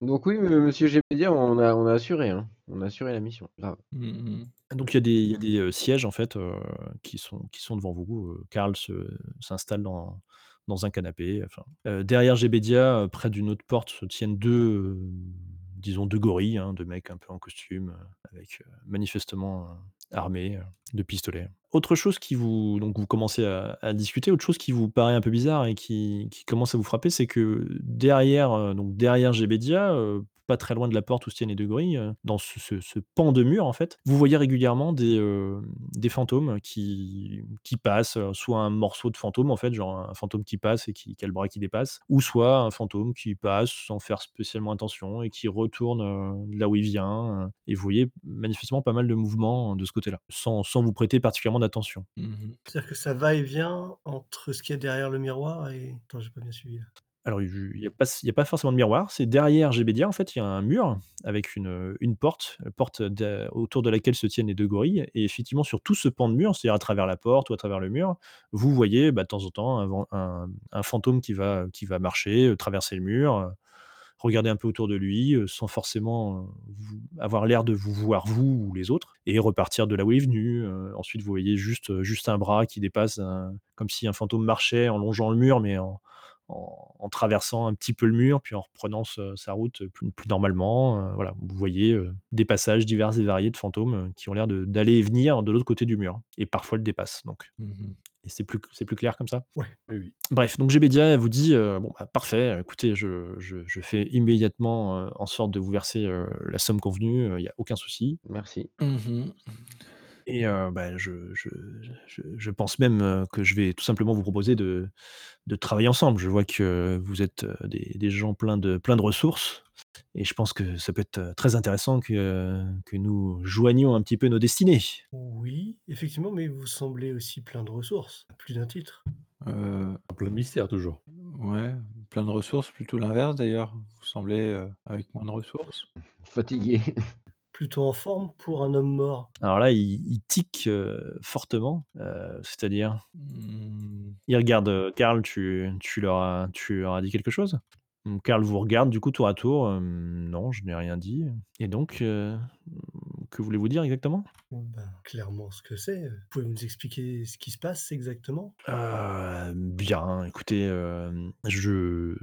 [SPEAKER 6] Donc, oui, m- monsieur Gébédia, on a, on a assuré. hein. On a assuré la mission. Grave.
[SPEAKER 9] Mhm.
[SPEAKER 5] Donc il y a des, il y a des, euh, sièges en fait euh, qui, sont, qui sont devant vous. Euh, Karl se- s'installe dans, dans un canapé. Enfin, Euh, derrière Gébedia, euh, près d'une autre porte, se tiennent deux, euh, disons deux gorilles, hein, deux mecs un peu en costume, euh, avec euh, manifestement euh, armés euh, de pistolets. Autre chose qui vous donc vous commencez à, à discuter, autre chose qui vous paraît un peu bizarre et qui, qui commence à vous frapper, c'est que derrière euh, donc derrière Gébedia, euh, pas très loin de la porte où se tiennent les deux gorilles, euh, dans ce, ce- ce pan de mur, en fait, vous voyez régulièrement des, euh, des fantômes qui, qui passent, euh, soit un morceau de fantôme, en fait, genre un fantôme qui passe et qui, qui a le bras qui dépasse, ou soit un fantôme qui passe sans faire spécialement attention et qui retourne euh, de là où il vient. euh, et vous voyez manifestement pas mal de mouvements euh, de ce côté-là, sans, sans vous prêter particulièrement d'attention.
[SPEAKER 9] Mhm.
[SPEAKER 7] C'est-à-dire que ça va et vient entre ce qu'il y a derrière le miroir et. Attends, j'ai pas bien suivi là.
[SPEAKER 5] Alors, il n'y a, pas- il y a pas forcément de miroir. C'est derrière Gbédia, en fait, il y a un mur avec une, une porte, euh, porte d'a- autour de laquelle se tiennent les deux gorilles. Et effectivement, sur tout ce pan de mur, c'est-à-dire à travers la porte ou à travers le mur, vous voyez bah, de temps en temps un, van- un- un fantôme qui va, qui va marcher, euh, traverser le mur, euh, regarder un peu autour de lui, euh, sans forcément euh, vous- avoir l'air de vous voir, vous ou les autres, et repartir de là où il est venu. Euh, ensuite, vous voyez juste, euh, juste un bras qui dépasse, un- comme si un fantôme marchait en longeant le mur, mais en en, en traversant un petit peu le mur, puis en reprenant ce- sa route euh, plus, plus normalement. Euh, voilà, vous voyez euh, des passages divers et variés de fantômes euh, qui ont l'air de- d'aller et venir de l'autre côté du mur, hein, et parfois le dépassent. Donc,
[SPEAKER 9] Mhm.
[SPEAKER 5] et c'est plus, c'est plus clair comme ça.
[SPEAKER 8] Oui, oui.
[SPEAKER 5] Bref, donc Gbédia elle vous dit euh, bon, bah, parfait, écoutez, je, je- je fais immédiatement euh, en sorte de vous verser euh, la somme convenue, euh, il n'y a aucun souci.
[SPEAKER 6] Merci.
[SPEAKER 9] Mhm.
[SPEAKER 5] Et euh, bah, je, je- je- je pense même euh, que je vais tout simplement vous proposer de, de travailler ensemble. Je vois que vous êtes euh, des, des gens pleins de, plein de ressources. Et je pense que ça peut être euh, très intéressant que, euh, que nous joignions un petit peu nos destinées.
[SPEAKER 7] Oui, effectivement, mais vous semblez aussi plein de ressources, à plus d'un titre.
[SPEAKER 9] Euh,
[SPEAKER 8] En plein de mystère toujours.
[SPEAKER 9] ouais, plein de ressources, plutôt l'inverse d'ailleurs. Vous semblez euh, avec moins de ressources.
[SPEAKER 6] Fatigué.
[SPEAKER 7] Plutôt en forme pour un homme mort.
[SPEAKER 5] Alors là, il, il tique euh, fortement. euh, C'est-à-dire,
[SPEAKER 9] Mhm.
[SPEAKER 5] il regarde euh, Karl, tu, tu, leur as, tu leur as dit quelque chose Donc, Karl vous regarde du coup tour à tour. euh, non, je n'ai rien dit. Et donc, euh, que voulez-vous dire exactement
[SPEAKER 7] Ben, clairement, ce que c'est. Vous pouvez nous expliquer ce qui se passe exactement
[SPEAKER 5] Euh, bien, écoutez, euh, je...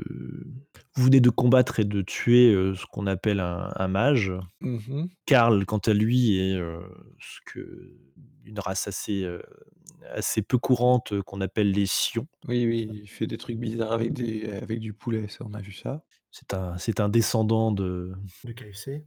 [SPEAKER 5] vous venez de combattre et de tuer euh, ce qu'on appelle un, un mage.
[SPEAKER 9] Mhm.
[SPEAKER 5] Karl, quant à lui, est euh, ce que... une race assez, euh, assez peu courante euh, qu'on appelle les Sions.
[SPEAKER 9] Oui, oui, il fait des trucs bizarres avec, des, avec du poulet, ça, on a vu ça.
[SPEAKER 5] C'est un, c'est un descendant de...
[SPEAKER 7] de KFC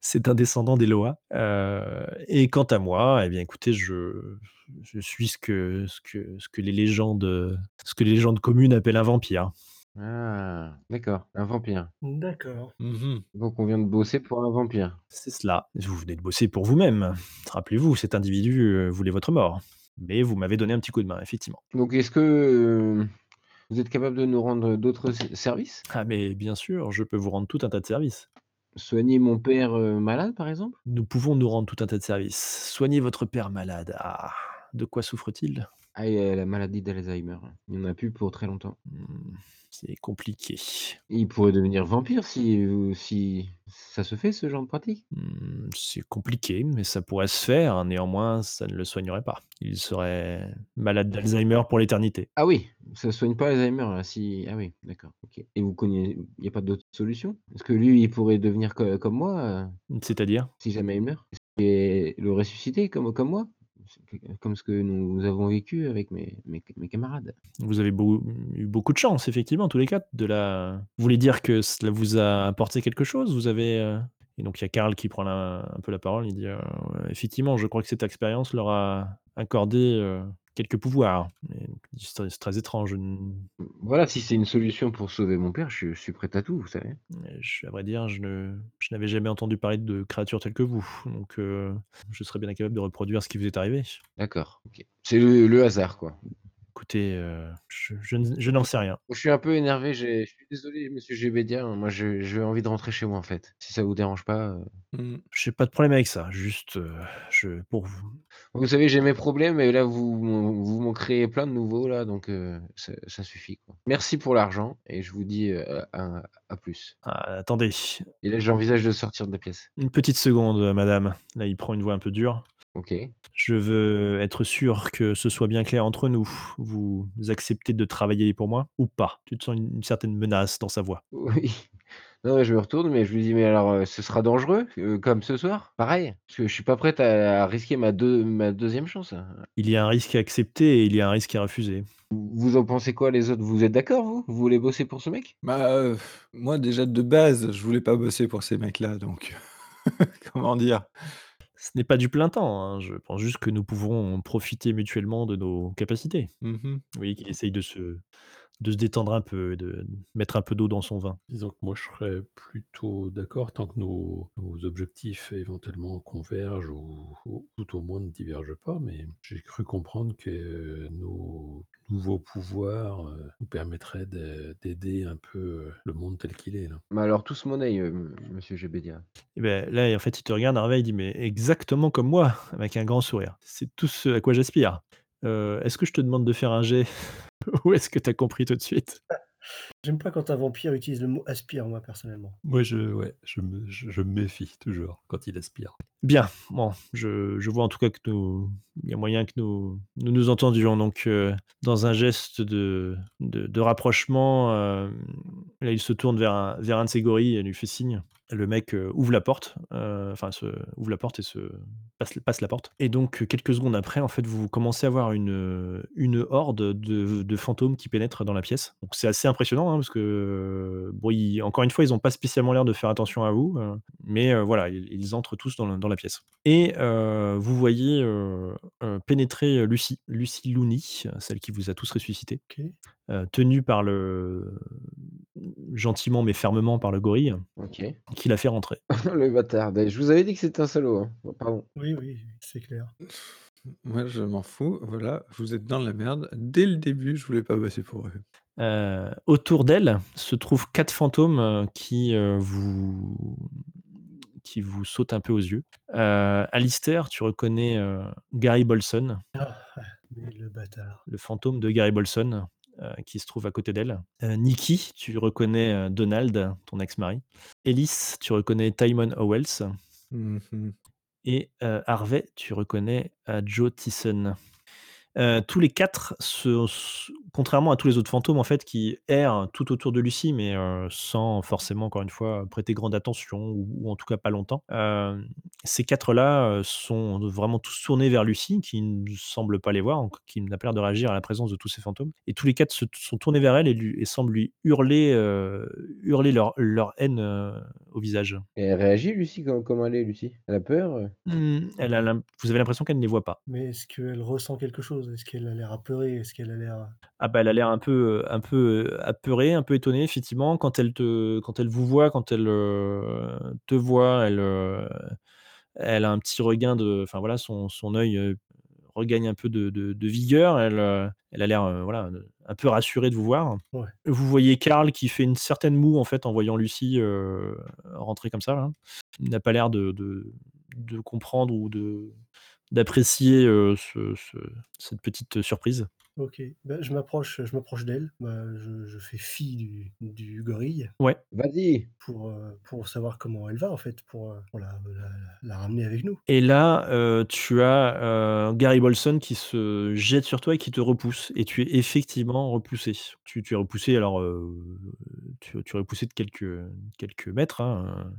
[SPEAKER 5] C'est un descendant des Loa. Euh, et quant à moi, eh bien, écoutez, je, je suis ce que, ce, que, ce, que les légendes, ce que les légendes communes appellent un vampire.
[SPEAKER 6] Ah, d'accord. Un vampire.
[SPEAKER 7] D'accord.
[SPEAKER 9] Mhm.
[SPEAKER 6] Donc on vient de bosser pour un vampire.
[SPEAKER 5] C'est cela. Vous venez de bosser pour vous-même. Rappelez-vous, cet individu euh, voulait votre mort. Mais vous m'avez donné un petit coup de main, effectivement.
[SPEAKER 6] Donc est-ce que euh, vous êtes capable de nous rendre d'autres s- services
[SPEAKER 5] Ah, mais bien sûr, je peux vous rendre tout un tas de services.
[SPEAKER 6] Soigner mon père euh, malade, par exemple
[SPEAKER 5] Nous pouvons nous rendre tout un tas de services. Soignez votre père malade. Ah, de quoi souffre-t-il
[SPEAKER 6] Ah, il y a la maladie d'Alzheimer. Il n'y en a plus pour très longtemps.
[SPEAKER 5] Hmm, C'est compliqué.
[SPEAKER 6] Il pourrait devenir vampire si, euh, si ça se fait, ce genre de pratique.
[SPEAKER 5] Hmm, C'est compliqué, mais ça pourrait se faire. Néanmoins, ça ne le soignerait pas. Il serait malade d'Alzheimer pour l'éternité.
[SPEAKER 6] Ah oui, ça soigne pas Alzheimer. Là, si... Ah oui, d'accord. ok. Et vous connaissez, il n'y a pas d'autre solution Parce que lui, il pourrait devenir co- comme moi, euh,
[SPEAKER 5] C'est-à-dire
[SPEAKER 6] si jamais il meurt. Et le ressusciter comme, comme moi. C'est que- Comme ce que nous avons vécu avec mes, mes, mes camarades.
[SPEAKER 5] Vous avez beau- eu beaucoup de chance, effectivement, tous les quatre. De la... Vous voulez dire que cela vous a apporté quelque chose Vous avez. euh, Et donc il y a Karl qui prend la- un peu la parole. Il dit euh, Ouais, effectivement, je crois que cette expérience leur a accordé euh, quelques pouvoirs. Et donc, il dit, C'est c'est très étrange. Je, n-
[SPEAKER 6] Voilà, si c'est une solution pour sauver mon père, je, je suis prêt à tout, vous savez.
[SPEAKER 5] je- à vrai dire, je, ne- je n'avais jamais entendu parler de créatures telles que vous. Donc euh, je serais bien incapable de reproduire ce qui vous est arrivé.
[SPEAKER 6] D'accord. ok. C'est le, le hasard, quoi.
[SPEAKER 5] Écoutez, euh, je, je n- je n'en sais rien.
[SPEAKER 6] Je suis un peu énervé, j'ai- je suis désolé, monsieur Gbédia. hein, Moi, je- j'ai envie de rentrer chez moi, en fait. Si ça vous dérange pas. euh.
[SPEAKER 9] Mhm.
[SPEAKER 5] Je n'ai pas de problème avec ça. Juste, euh, je, pour vous,
[SPEAKER 6] Vous savez, j'ai mes problèmes et là, vous, m'en- vous m'en créez plein de nouveaux, là, donc euh, ça, ça suffit. Quoi. Merci pour l'argent et je vous dis euh, à, à- à plus.
[SPEAKER 5] Ah, attendez,
[SPEAKER 6] Et là, j'envisage de sortir de la pièce.
[SPEAKER 5] une petite seconde, euh, madame. Là, il prend une voix un peu dure.
[SPEAKER 6] Ok.
[SPEAKER 5] Je veux être sûr que ce soit bien clair entre nous. Vous acceptez de travailler pour moi ou pas Tu te sens une, une certaine menace dans sa voix.
[SPEAKER 6] Oui. Non, mais je me retourne, mais je lui dis, mais alors, euh, ce sera dangereux, euh, comme ce soir Pareil. Parce que je suis pas prête à, à risquer ma, deux, ma deuxième chance. hein.
[SPEAKER 5] Il y a un risque à accepter et il y a un risque à refuser.
[SPEAKER 6] Vous, Vous en pensez quoi les autres Vous êtes d'accord, vous Vous voulez bosser pour ce mec
[SPEAKER 9] Bah, euh, moi, déjà de base, je voulais pas bosser pour ces mecs-là, donc comment dire
[SPEAKER 5] Ce n'est pas du plein temps. hein, Je pense juste que nous pouvons profiter mutuellement de nos capacités.
[SPEAKER 9] Mhm.
[SPEAKER 5] Vous voyez qu'il essaye de se, de se détendre un peu, et de mettre un peu d'eau dans son vin.
[SPEAKER 8] Disons que moi, je serais plutôt d'accord tant que nos, nos objectifs éventuellement convergent ou, ou tout au moins ne divergent pas, mais j'ai cru comprendre que euh, nos nouveaux pouvoirs euh, nous permettraient de- d'aider un peu euh, le monde tel qu'il est. Là.
[SPEAKER 6] Mais alors, tous monnaie, euh, m- monsieur Gébédia.
[SPEAKER 5] Et ben, là, en fait, il te regarde, Harvey, il dit, mais exactement comme moi, avec un grand sourire. C'est tout ce à quoi j'aspire. Euh, est-ce que je te demande de faire un jet Ou est-ce que tu as compris tout de suite
[SPEAKER 7] J'aime pas quand un vampire utilise le mot aspire, moi, personnellement.
[SPEAKER 8] Moi, je, ouais, je, me, je, je me méfie toujours quand il aspire.
[SPEAKER 5] Bien, bon, je, je vois en tout cas que nous, il y a moyen que nous nous, nous entendions. Donc, euh, dans un geste de, de, de rapprochement, euh, là, il se tourne vers un, vers un de ses gorilles et lui fait signe. Le mec euh, ouvre la porte, euh, enfin, se ouvre la porte et se passe, passe la porte. Et donc, euh, quelques secondes après, en fait, vous commencez à voir une, une horde de, de fantômes qui pénètrent dans la pièce. Donc, c'est assez impressionnant, hein, parce que, euh, bon, ils- encore une fois, ils n'ont pas spécialement l'air de faire attention à vous. euh, mais euh, voilà, ils, ils entrent tous dans, la- dans la pièce. Et euh, vous voyez euh, euh, pénétrer Lucie, Lucie Looney, celle qui vous a tous ressuscité,
[SPEAKER 7] Ok.
[SPEAKER 5] euh, tenue par le gentiment mais fermement par le gorille,
[SPEAKER 6] Ok.
[SPEAKER 5] qui la fait rentrer.
[SPEAKER 6] le bâtard. Ben, Je vous avais dit que c'était un salaud. hein. Bon, Pardon.
[SPEAKER 7] Oui, oui, c'est clair.
[SPEAKER 9] Moi, je m'en fous. Voilà, vous êtes dans la merde. Dès le début, je voulais pas bosser pour eux.
[SPEAKER 5] Euh, autour d'elle se trouvent quatre fantômes euh, qui euh, vous qui vous sautent un peu aux yeux. Euh, Alistair, tu reconnais euh, Gary Bolson,
[SPEAKER 7] Ah, mais le bâtard.
[SPEAKER 5] le fantôme de Gary Bolson euh, qui se trouve à côté d'elle. Euh, Nikki, tu reconnais euh, Donald, ton ex-mari. Ellis, tu reconnais Timon Howells.
[SPEAKER 9] Mhm.
[SPEAKER 5] Et euh, Harvey, tu reconnais euh, Joe Tyson. Euh, tous les quatre, se- se- contrairement à tous les autres fantômes en fait, qui errent tout autour de Lucie, mais euh, sans forcément, encore une fois, prêter grande attention, ou, ou en tout cas pas longtemps, euh, ces quatre-là euh, sont vraiment tous tournés vers Lucie, qui ne semble pas les voir, en- qui n'a pas l'air de réagir à la présence de tous ces fantômes. Et tous les quatre se sont tournés vers elle et, lui, et semblent lui hurler, euh, hurler leur, leur haine euh, au visage.
[SPEAKER 6] Et elle réagit, Lucie, comme- comment elle est, Lucie Elle a peur euh
[SPEAKER 5] Hmm, Elle a l'im- vous avez l'impression qu'elle ne les voit pas.
[SPEAKER 7] Mais est-ce qu'elle ressent quelque chose Est-ce qu'elle a l'air apeurée Est-ce qu'elle a l'air.
[SPEAKER 5] Ah bah, elle a l'air un peu, euh, un peu euh, apeurée, un peu étonnée, effectivement. Quand elle, te, quand elle vous voit, quand elle euh, te voit, elle, euh, elle a un petit regain de... Enfin voilà, son, son œil euh, regagne un peu de, de- de vigueur. Elle, euh, elle a l'air euh, voilà, un peu rassurée de vous voir.
[SPEAKER 7] Ouais.
[SPEAKER 5] Vous voyez Karl qui fait une certaine moue, en fait, en voyant Lucie euh, rentrer comme ça. là. Il n'a pas l'air de, de, de comprendre ou de d'apprécier euh, ce- ce- cette petite surprise.
[SPEAKER 7] Ok. Ben, je m'approche je m'approche d'elle. Ben, je, je fais fi du, du gorille
[SPEAKER 6] Vas-y
[SPEAKER 7] pour, euh, pour savoir comment elle va, en fait, pour, euh, pour la, la- la ramener avec nous.
[SPEAKER 5] Et là, euh, tu as euh, Gary Bolson qui se jette sur toi et qui te repousse. Et tu es effectivement repoussé. Tu, tu es repoussé, alors, euh, tu, tu es repoussé de quelques, quelques mètres, hein, euh,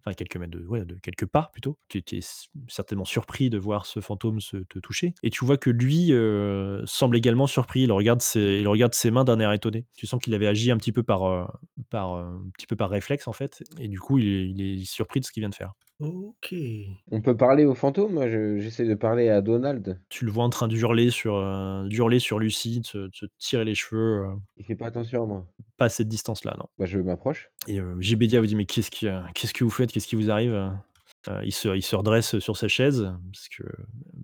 [SPEAKER 5] enfin quelques mètres de, ouais, de quelques pas plutôt. Tu étais s- certainement surpris de voir ce fantôme se, te toucher. Et tu vois que lui euh, semble également surpris. Il regarde ses, il regarde ses mains d'un air étonné. Tu sens qu'il avait agi un petit peu par, euh, par, euh, un petit peu par réflexe en fait. Et du coup, il est- il est surpris de ce qu'il vient de faire.
[SPEAKER 7] Ok.
[SPEAKER 6] On peut parler aux fantômes Je- J'essaie de parler à Donald.
[SPEAKER 5] tu le vois en train d'hurler sur, euh, d'hurler sur Lucie, de se, de se tirer les cheveux, euh,
[SPEAKER 6] Il fait pas attention à moi.
[SPEAKER 5] pas à cette distance-là, non.
[SPEAKER 6] Bah, je m'approche.
[SPEAKER 5] Et euh, Gébédia vous dit Mais qu'est-ce, qui, euh, qu'est-ce que vous faites Qu'est-ce qui vous arrive Euh, il, se, il se redresse sur sa chaise, parce que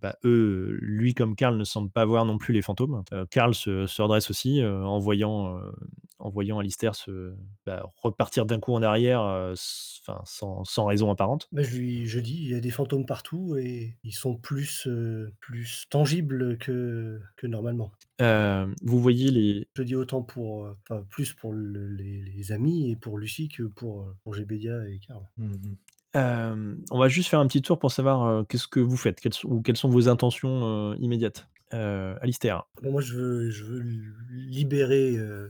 [SPEAKER 5] bah, eux, lui comme Karl, ne semble pas voir non plus les fantômes. Euh, Karl se, se redresse aussi euh, en, voyant, euh, en voyant Alistair se, bah, repartir d'un coup en arrière euh, s- 'fin, sans, sans raison apparente.
[SPEAKER 7] Ben, je lui je dis, il y a des fantômes partout et ils sont plus, euh, plus tangibles que, que normalement.
[SPEAKER 5] Euh, vous voyez les,
[SPEAKER 7] Je dis autant pour, euh, enfin, plus pour le- les, les amis et pour Lucie que pour, euh, pour Gébédia et Karl.
[SPEAKER 9] Mhm.
[SPEAKER 5] Euh, on va juste faire un petit tour pour savoir euh, qu'est-ce que vous faites, quelles sont, ou quelles sont vos intentions euh, immédiates. Euh, Alistair,
[SPEAKER 7] Bon, moi, je veux, je veux libérer euh,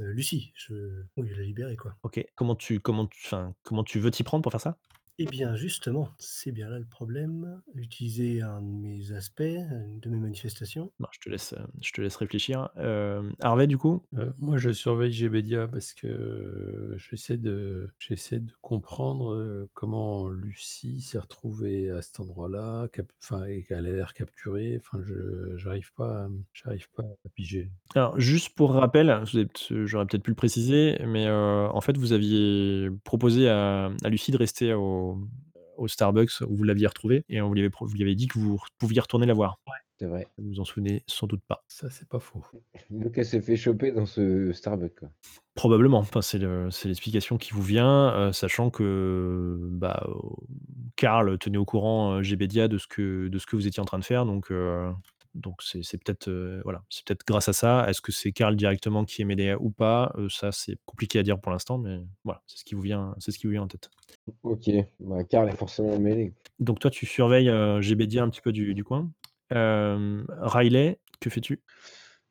[SPEAKER 7] euh, Lucie. Je... Oui, la libérer, quoi.
[SPEAKER 5] ok. Comment tu, comment tu, enfin, comment tu veux t'y prendre pour faire ça
[SPEAKER 7] Eh bien, justement, c'est bien là le problème. Utiliser un de mes aspects, une de mes manifestations.
[SPEAKER 5] Non, je te laisse, euh, je te laisse réfléchir. Euh, Harvey, du coup
[SPEAKER 8] Euh, moi, je surveille Gbedia parce que euh, j'essaie de, j'essaie de comprendre euh, comment Lucie s'est retrouvée à cet endroit-là, cap- enfin, et qu'elle a l'air capturée. Enfin, je, j'arrive pas, à- j'arrive pas à piger.
[SPEAKER 5] Alors, juste pour rappel, vous avez peut- j'aurais peut-être pu le préciser, mais euh, en fait, vous aviez proposé à, à Lucie de rester au, au Starbucks où vous l'aviez retrouvée, et on vous lui avait, pro- vous lui avez dit que vous pouviez retourner la voir.
[SPEAKER 6] C'est vrai.
[SPEAKER 5] Vous vous en souvenez sans doute pas.
[SPEAKER 8] Ça, c'est pas faux.
[SPEAKER 6] Donc elle s'est fait choper dans ce Starbucks. quoi.
[SPEAKER 5] Probablement. Enfin, c'est le- c'est l'explication qui vous vient, euh, sachant que bah, au- Karl tenait au courant euh, Gbedia de ce que de ce que vous étiez en train de faire, donc. euh, donc c'est c'est peut-être euh, voilà, c'est peut-être grâce à ça. Est-ce que c'est Karl directement qui est mêlé ou pas Euh, Ça c'est compliqué à dire pour l'instant, mais voilà, c'est ce qui vous vient, c'est ce qui vous vient en tête.
[SPEAKER 6] Ok, bah, Karl est forcément mêlé.
[SPEAKER 5] Donc toi tu surveilles euh, Gbedia un petit peu du, du coin. Euh, Riley, que fais-tu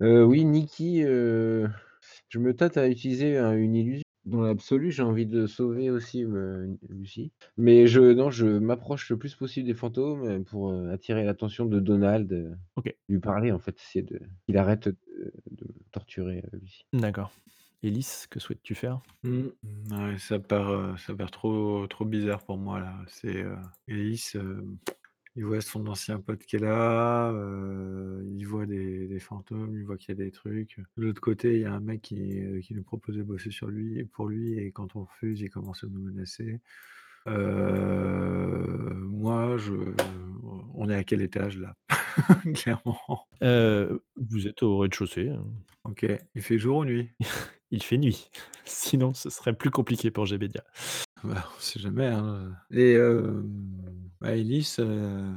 [SPEAKER 6] Euh, oui, Nikki, euh, je me tâte à utiliser un- une illusion. Dans l'absolu, j'ai envie de sauver aussi euh, Lucie. Mais je, non, je m'approche le plus possible des fantômes euh, pour euh, attirer l'attention de Donald. euh,
[SPEAKER 5] Ok.
[SPEAKER 6] Lui parler, en fait, essayer de, qu'il arrête de, de torturer euh, Lucie.
[SPEAKER 5] D'accord. Elise, que souhaites-tu faire
[SPEAKER 9] Hmm. Ouais, ça part, euh, ça part trop, trop bizarre pour moi là. C'est euh, Elise, euh, il voit son ancien pote qui est là, euh, il voit des, des fantômes, il voit qu'il y a des trucs. De l'autre côté, il y a un mec qui, euh, qui nous propose de bosser sur lui, pour lui, et quand on refuse, il commence à nous menacer. Euh, moi, je, on est à quel étage là Clairement.
[SPEAKER 5] Euh, Vous êtes au rez-de-chaussée. euh,
[SPEAKER 9] Ok, il fait jour ou nuit
[SPEAKER 5] il fait nuit. Sinon, ce serait plus compliqué pour Gbedia.
[SPEAKER 9] Bah, on sait jamais. hein. Et euh, bah, Ellis, euh,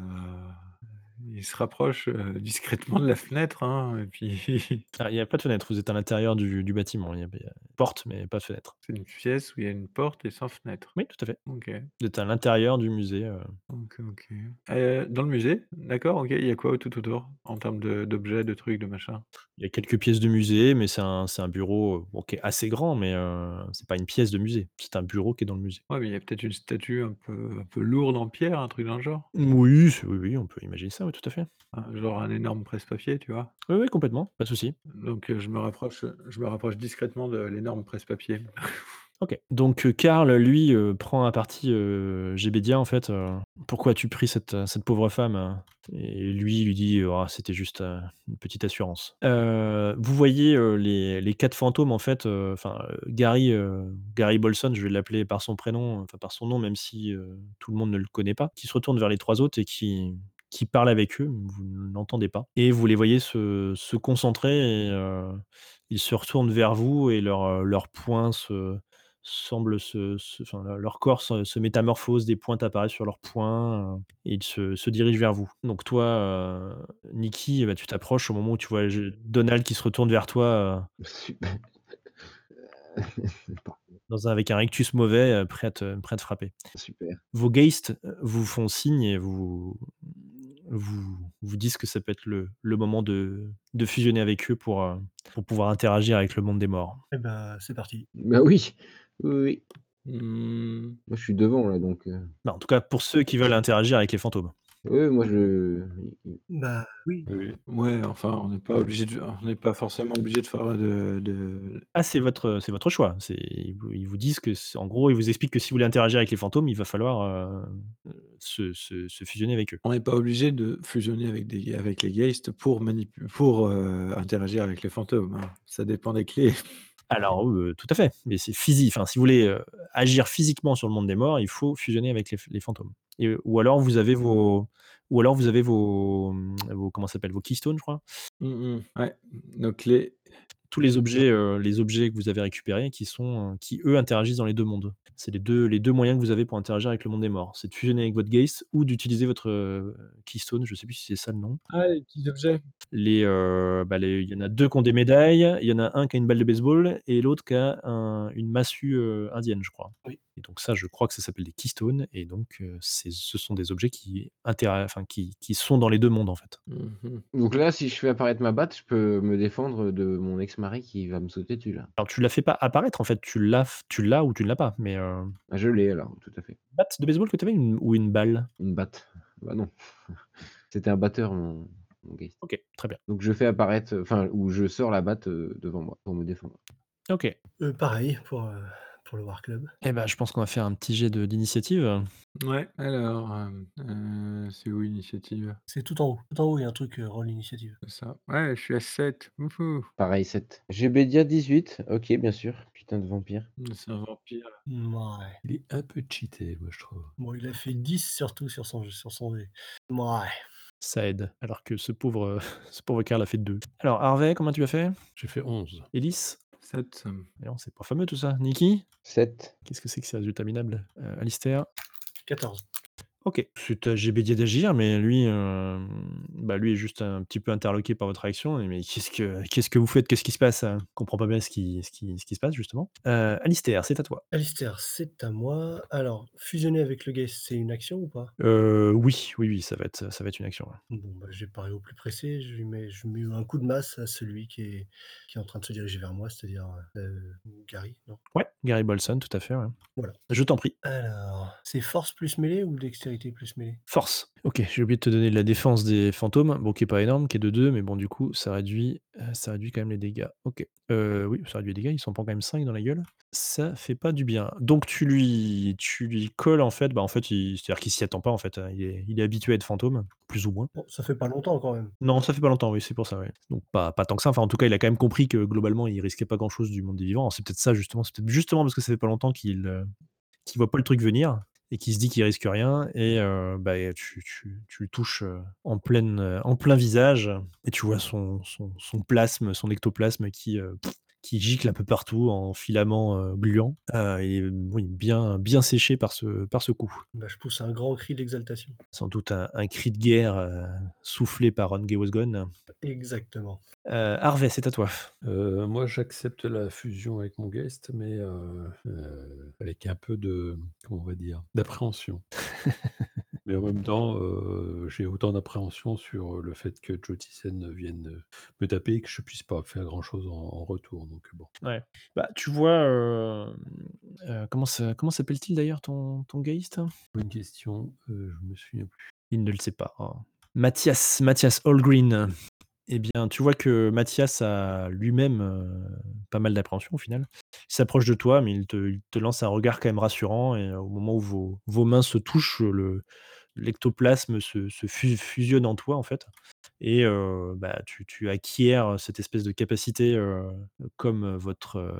[SPEAKER 9] il se rapproche euh, discrètement de la fenêtre. hein, et puis,
[SPEAKER 5] Ah, Il n'y a pas de fenêtre, vous êtes à l'intérieur du, du bâtiment. Il y, a, il y a une porte, mais pas de fenêtre.
[SPEAKER 9] c'est une pièce où il y a une porte et sans fenêtre.
[SPEAKER 5] Oui, tout à fait.
[SPEAKER 9] Ok.
[SPEAKER 5] Vous êtes à l'intérieur du musée. euh.
[SPEAKER 9] Ok, ok. Euh, dans le musée, d'accord, ok. Il y a quoi tout autour en termes de- d'objets, de trucs, de machins
[SPEAKER 5] Il y a quelques pièces de musée, mais c'est un, c'est un bureau euh, bon, qui est assez grand, mais euh, c'est pas une pièce de musée. C'est un bureau qui est dans le musée.
[SPEAKER 9] Ouais, mais il y a peut-être une statue un peu, un peu lourde en pierre, un truc dans le genre.
[SPEAKER 5] Oui, c'est- oui, oui, on peut imaginer ça, oui, tout à fait.
[SPEAKER 9] hein, genre un énorme presse-papier, tu vois.
[SPEAKER 5] Oui, oui, complètement, pas de souci.
[SPEAKER 9] Donc euh, je me rapproche, je me rapproche discrètement de l'énorme presse-papier.
[SPEAKER 5] Ok. Donc, euh, Karl, lui, euh, prend à partie euh, Gbedia, en fait. euh, pourquoi as-tu pris cette, euh, cette pauvre femme euh Et lui, il lui dit Ah, c'était juste euh, une petite assurance. Euh, vous voyez euh, les, les quatre fantômes, en fait. euh, Enfin, euh, Gary, euh, Gary Bolson, je vais l'appeler par son prénom, enfin, par son nom, même si euh, tout le monde ne le connaît pas, qui se retourne vers les trois autres et qui qui parle avec eux, vous ne l'entendez pas, et vous les voyez se, se concentrer, et euh, ils se retournent vers vous, et leurs leur poings se, semblent se, se- enfin, le- leur corps se, se métamorphose, des pointes apparaissent sur leurs points, euh, et ils se, se dirigent vers vous. Donc toi, euh, Nikki, eh ben, tu t'approches au moment où tu vois je- Donald qui se retourne vers toi euh,
[SPEAKER 6] Super.
[SPEAKER 5] dans un- avec un rectus mauvais, euh, prêt à te, prêt à te frapper.
[SPEAKER 6] Super.
[SPEAKER 5] Vos geists euh, vous font signe et vous vous, vous disent que ça peut être le, le moment de, de fusionner avec eux pour, euh, pour pouvoir interagir avec le monde des morts.
[SPEAKER 7] Eh ben, c'est parti.
[SPEAKER 6] Bah oui, oui, oui.
[SPEAKER 9] Hmm.
[SPEAKER 6] Moi, je suis devant, là, donc... euh,
[SPEAKER 5] Non, Bah, en tout cas, pour ceux qui veulent interagir avec les fantômes.
[SPEAKER 6] Oui, moi, je...
[SPEAKER 7] Bah oui.
[SPEAKER 9] Oui. Ouais, enfin, on n'est pas obligé de, on n'est pas forcément obligé de faire de, de-
[SPEAKER 5] Ah, c'est votre, c'est votre choix. C'est, ils vous ils vous disent que, c'est- en gros, ils vous expliquent que si vous voulez interagir avec les fantômes, il va falloir euh, euh, se, se- se fusionner avec eux.
[SPEAKER 9] on n'est pas obligé de fusionner avec des, avec les geistes pour manipu- pour euh, interagir avec les fantômes. hein. Ça dépend des clés.
[SPEAKER 5] Alors, euh, tout à fait. Mais c'est physique. Enfin, si vous voulez euh, agir physiquement sur le monde des morts, il faut fusionner avec les, les fantômes. Et, euh, ou alors vous avez vos, ou alors vous avez vos, hum, vos comment ça s'appelle, vos keystones, je crois.
[SPEAKER 9] Mm, mm. Ouais. Nos clés.
[SPEAKER 5] tous les objets, euh, les objets que vous avez récupérés qui sont, euh, qui eux interagissent dans les deux mondes. C'est les deux, les deux moyens que vous avez pour interagir avec le monde des morts. C'est de fusionner avec votre Geist ou d'utiliser votre euh, Keystone. Je sais plus si c'est ça le nom.
[SPEAKER 9] Ah, les petits objets.
[SPEAKER 5] Les, euh, bah, les- il y en a deux qui ont des médailles. Il y en a un qui a une balle de baseball et l'autre qui a un- une massue euh, indienne, je crois.
[SPEAKER 7] Oui.
[SPEAKER 5] Et donc ça, je crois que ça s'appelle des Keystones. Et donc euh, c'est- ce sont des objets qui intera- enfin qui, qui sont dans les deux mondes en fait.
[SPEAKER 9] Mhm.
[SPEAKER 6] Donc là, si je fais apparaître ma batte, je peux me défendre de mon ex marrer qui va me sauter dessus là.
[SPEAKER 5] Alors, tu la fais pas apparaître, en fait. Tu l'as, f- tu l'as ou tu ne l'as pas. Mais euh, une
[SPEAKER 6] Ah, Je l'ai alors, tout à fait.
[SPEAKER 5] batte de baseball que tu avais une- ou une balle
[SPEAKER 6] Une batte. Bah non. C'était un batteur, mon, mon geist.
[SPEAKER 5] Ok, très bien.
[SPEAKER 6] Donc je fais apparaître, enfin, ou je sors la batte euh, devant moi pour me défendre.
[SPEAKER 5] Ok.
[SPEAKER 7] Euh, pareil pour, euh, pour le War Club.
[SPEAKER 5] Eh ben, je pense qu'on va faire un petit jet de- d'initiative.
[SPEAKER 2] Ouais, alors, euh, euh, c'est où initiative
[SPEAKER 7] C'est tout en haut. Tout en haut, il y a un truc euh, roll initiative.
[SPEAKER 2] C'est ça. Ouais, je suis à 7. Wouhou.
[SPEAKER 6] Pareil, 7. GBdia 18. Ok, bien sûr. Putain de vampire.
[SPEAKER 2] C'est un vampire.
[SPEAKER 7] Ouais.
[SPEAKER 8] Il est un peu cheaté, moi, je trouve.
[SPEAKER 7] Bon, il a fait 10 surtout sur son, sur son dé. Ouais.
[SPEAKER 5] Ça aide. Alors que ce pauvre, ce pauvre Karl a fait deux. Alors, Harvey, comment tu as fait
[SPEAKER 8] J'ai fait 11.
[SPEAKER 5] Elise
[SPEAKER 2] 7.
[SPEAKER 5] Mais non, Eh, c'est pas fameux tout ça. Nikki
[SPEAKER 6] 7.
[SPEAKER 5] Qu'est-ce que c'est que ces résultats minables Euh, Alistair
[SPEAKER 7] 14.
[SPEAKER 5] Ok. C'est à GBD d'agir, mais lui, euh, bah lui est juste un petit peu interloqué par votre action. Et Mais qu'est-ce que, qu'est-ce que vous faites Qu'est-ce qui se passe hein Je comprends pas bien ce qui, ce qui, ce qui se passe, justement. Euh, Alistair, c'est à toi.
[SPEAKER 7] Alistair, c'est à moi. Alors, fusionner avec le Geist, c'est une action ou pas
[SPEAKER 5] Euh, oui, oui, oui, ça va être, ça va être une action. ouais.
[SPEAKER 7] Bon, bah, j'ai paré au plus pressé. Je lui mets, je mets un coup de masse à celui qui est, qui est en train de se diriger vers moi, c'est-à-dire euh, Gary. Non.
[SPEAKER 5] Ouais, Gary Bolson, tout à fait. ouais.
[SPEAKER 7] Voilà.
[SPEAKER 5] Je t'en prie.
[SPEAKER 7] Alors, c'est force plus mêlée ou dextérité plus mêlée
[SPEAKER 5] Force. Ok, j'ai oublié de te donner la défense des fantômes, bon, qui est pas énorme, qui est de 2, mais bon, du coup, ça réduit, euh, ça réduit quand même les dégâts. Ok. Euh, oui, ça réduit les dégâts, ils s'en prend quand même 5 dans la gueule. Ça fait pas du bien. Donc, tu lui, tu lui colles, en fait, bah, en fait, il- c'est-à-dire qu'il s'y attend pas, en fait. hein, Il est, il est habitué à être fantôme, plus ou moins.
[SPEAKER 7] Bon, ça fait pas longtemps quand même.
[SPEAKER 5] Non, ça fait pas longtemps, oui, c'est pour ça, oui. Donc, pas, pas tant que ça. Enfin, en tout cas, il a quand même compris que globalement, il risquait pas grand-chose du monde des vivants. C'est peut-être ça, justement. C'est peut-être justement parce que ça fait pas longtemps qu'il euh, qu'il voit pas le truc venir et qu'il se dit qu'il risque rien. Et euh, bah, tu, tu, tu le touches euh, en, pleine, euh, en plein visage et tu vois son, son, son plasme, son ectoplasme qui. euh, pff, qui gicle un peu partout en filaments euh, gluants. Euh, il est oui, bien, bien séché par ce, par ce coup
[SPEAKER 7] Bah, je pousse un grand cri d'exaltation.
[SPEAKER 5] sans doute un, un cri de guerre euh, soufflé par Ron Gewosgon.
[SPEAKER 7] Exactement.
[SPEAKER 5] Euh, Harvey, c'est à toi.
[SPEAKER 8] Euh, moi, j'accepte la fusion avec mon guest, mais euh, euh, avec un peu de, comment on va dire, d'appréhension. mais en même temps, euh, j'ai autant d'appréhension sur le fait que Jotisen vienne me taper et que je puisse pas faire grand-chose en, en retour. Donc bon.
[SPEAKER 5] Bah, tu vois, euh, euh, comment, ça- comment s'appelle-t-il d'ailleurs ton, ton geist
[SPEAKER 8] Bonne question. euh, je me souviens plus.
[SPEAKER 5] Il ne le sait pas. oh. Mathias, Mathias Allgreen. Eh bien, tu vois que Mathias a lui-même euh, pas mal d'appréhension au final. Il s'approche de toi, mais il te, il te lance un regard quand même rassurant. Et euh, au moment où vos, vos mains se touchent, le, l'ectoplasme se, se fu- fusionne en toi, en fait. Et euh, bah, tu, tu acquiers cette espèce de capacité, euh, comme votre, euh,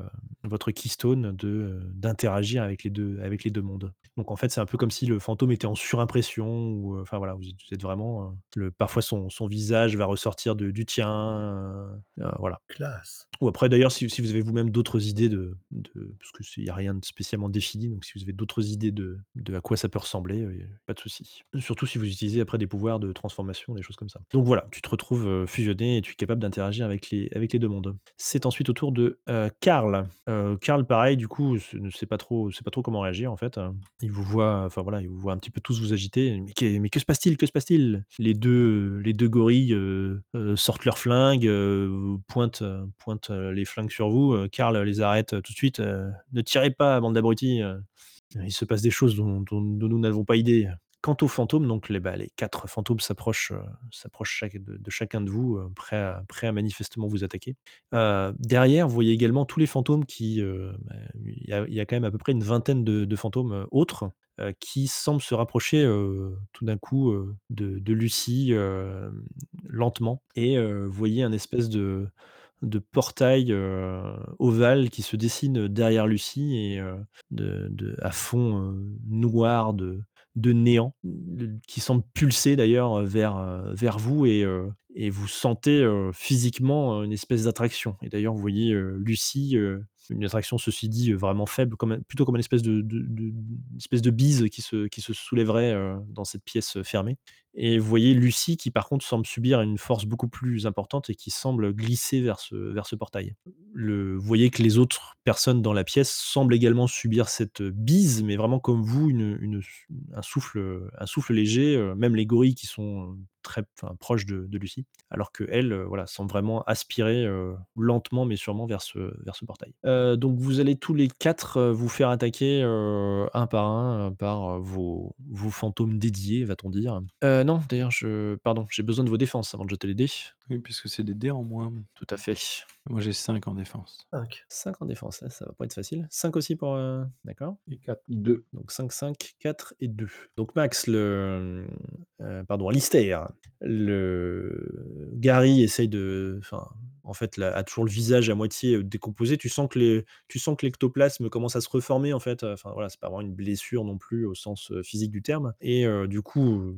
[SPEAKER 5] votre keystone, de, euh, d'interagir avec les, deux, avec les deux mondes. Donc en fait, c'est un peu comme si le fantôme était en surimpression. Ou, euh, enfin voilà, vous êtes, vous êtes vraiment. euh, le, parfois, son, son visage va ressortir de- du tien. euh, euh, voilà.
[SPEAKER 7] Classe.
[SPEAKER 5] Ou après, d'ailleurs, si, si vous avez vous-même d'autres idées de, de- Parce qu'il n'y a rien de spécialement défini, donc si vous avez d'autres idées de, de à quoi ça peut ressembler, euh, y a pas de souci. Surtout si vous utilisez après des pouvoirs de transformation, des choses comme ça. Donc voilà, tu te retrouves euh, fusionné et tu es capable d'interagir avec les, avec les deux mondes. C'est ensuite au tour de euh, Karl. Euh, Karl, pareil, du coup, se- ne sait pas trop, sait pas trop comment réagir en fait. hein. Il vous voit, enfin voilà, il vous voit un petit peu tous vous agiter. Mais, qu'est- mais que se passe-t-il Que se passe-t-il Les deux, les deux gorilles euh, euh, sortent leurs flingues, euh, pointent, euh, pointent euh, les flingues sur vous. Euh, Karl les arrête euh, tout de suite. euh, ne tirez pas, bande d'abrutis. euh. Il se passe des choses dont, dont- dont nous n'avons pas idée. Quant aux fantômes, donc les, bah, les quatre fantômes s'approchent, euh, s'approchent chaque- de, de chacun de vous, euh, prêts à, prêts à manifestement vous attaquer. Euh, derrière, vous voyez également tous les fantômes qui. euh, bah, Il y, a- il y a quand même à peu près une vingtaine de, de fantômes euh, autres euh, qui semblent se rapprocher euh, tout d'un coup euh, de, de Lucie euh, lentement. Et euh, vous voyez un espèce de, de portail euh, ovale qui se dessine derrière Lucie et euh, de, de- à fond euh, noir de, de néant le- qui semble pulser d'ailleurs euh, vers, euh, vers vous et, euh, et vous sentez euh, physiquement euh, une espèce d'attraction. Et d'ailleurs, vous voyez euh, Lucie, euh, une attraction, ceci dit, euh, vraiment faible, comme, un- plutôt comme une espèce de, de- de- une espèce de bise qui se, qui se soulèverait euh, dans cette pièce euh, fermée. Et vous voyez Lucie qui, par contre, semble subir une force beaucoup plus importante et qui semble glisser vers ce, vers ce portail. Le, vous voyez que les autres personnes dans la pièce semblent également subir cette bise, mais vraiment comme vous, une, une- un, souffle, un souffle léger. euh, Même les gorilles qui sont euh, très enfin, proche de, de Lucie, alors que elle, euh, voilà, semble vraiment aspirer euh, lentement mais sûrement vers ce, vers ce portail. Euh, donc vous allez tous les quatre euh, vous faire attaquer euh, un par un euh, par euh, vos, vos fantômes dédiés, va-t-on dire. Euh, non, d'ailleurs, je, pardon, j'ai besoin de vos défenses avant de jeter les dés.
[SPEAKER 9] Oui, puisque c'est des dés en moins.
[SPEAKER 5] Tout à fait.
[SPEAKER 9] Moi, j'ai 5 en défense.
[SPEAKER 7] 5.
[SPEAKER 5] 5 en défense, là, ça va pas être facile. 5 aussi pour. euh, D'accord
[SPEAKER 8] Et quatre.
[SPEAKER 6] Deux.
[SPEAKER 5] Donc 5, 5, 4 et 2. Donc Max, le. euh, pardon, Alistair. Le. Gary essaye de. Enfin, en fait, là, a toujours le visage à moitié euh, décomposé. Tu sens que les- tu sens que l'ectoplasme commence à se reformer, en fait. Enfin, voilà, c'est pas vraiment une blessure non plus au sens euh, physique du terme. Et euh, du coup, euh,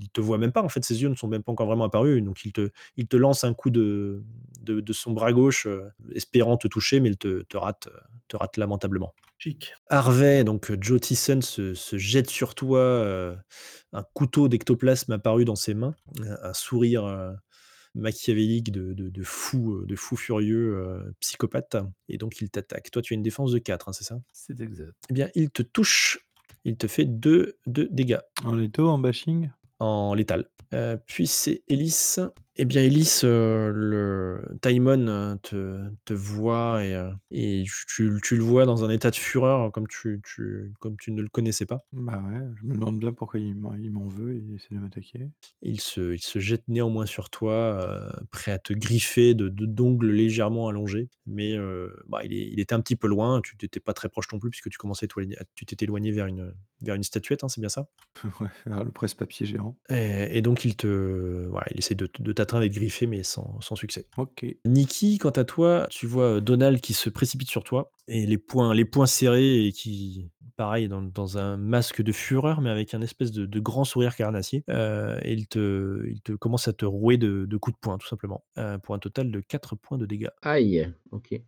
[SPEAKER 5] il te voit même pas. En fait, ses yeux ne sont même pas encore vraiment apparus. Donc, il te, il te lance un coup de, de, de son bras gauche, euh, espérant te toucher, mais il te, te rate, euh, te rate lamentablement.
[SPEAKER 7] Chic.
[SPEAKER 5] Harvey, donc euh, Joe Tyson, se, se jette sur toi, euh, un couteau d'ectoplasme apparu dans ses mains, un- un sourire euh, machiavélique de, de- de fou, euh, de fou furieux, euh, psychopathe, et donc il t'attaque. Toi, tu as une défense de 4, c'est ça
[SPEAKER 8] C'est exact.
[SPEAKER 5] Eh bien, il te touche, il te fait 2 dégâts
[SPEAKER 9] On est tôt en bashing
[SPEAKER 5] en létal. Euh, puis c'est Ellis. Eh bien, Ellis, euh, le Timon euh, te, te voit et, euh, et tu, tu le vois dans un état de fureur hein, comme tu, tu- comme tu ne le connaissais pas.
[SPEAKER 9] Bah ouais, je me demande bien pourquoi il m'en il m'en veut et essaie de m'attaquer.
[SPEAKER 5] Il se, il se jette néanmoins sur toi, euh, prêt à te griffer de de- d'ongles légèrement allongés. Mais euh, bah, il, est- il était un petit peu loin, tu n'étais pas très proche non plus puisque tu commençais à t'éloigner- à- tu t'étais éloigné vers une, vers une statuette, hein, c'est bien ça
[SPEAKER 9] Ouais, faire le presse-papier géant.
[SPEAKER 5] et, et donc il te, voilà, il essaie de, t- de t'atteindre et de griffer, mais sans, sans succès.
[SPEAKER 9] Ok.
[SPEAKER 5] Nikki, quant à toi, tu vois euh, Donald qui se précipite sur toi et les poings, les poings serrés et qui, pareil, dans, dans un masque de fureur, mais avec un espèce de, de grand sourire carnassier. euh, et il te, il te commence à te rouer de, de coups de poing, tout simplement, euh, pour un total de 4 points de dégâts.
[SPEAKER 6] Aïe. Ok.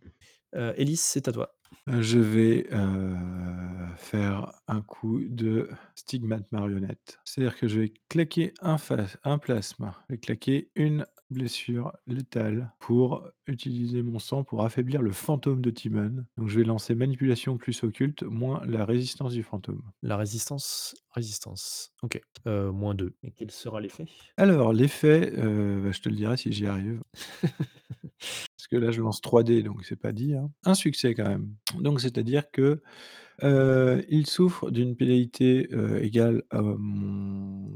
[SPEAKER 5] Euh, Elise, c'est à toi.
[SPEAKER 9] Euh, Je vais euh, faire un coup de stigmate marionnette. C'est-à-dire que je vais claquer un, phas- un plasma. Je vais claquer une blessure létale pour utiliser mon sang pour affaiblir le fantôme de Timon. Donc je vais lancer manipulation plus occulte moins la résistance du fantôme.
[SPEAKER 5] La résistance, résistance. Ok, Euh, moins 2. Et quel sera l'effet
[SPEAKER 9] Alors l'effet, euh, bah, je te le dirai si j'y arrive. Parce que là je lance 3D donc c'est pas dit. hein. Un succès quand même. Donc c'est-à-dire que Euh, il souffre d'une pénalité euh, égale à mon...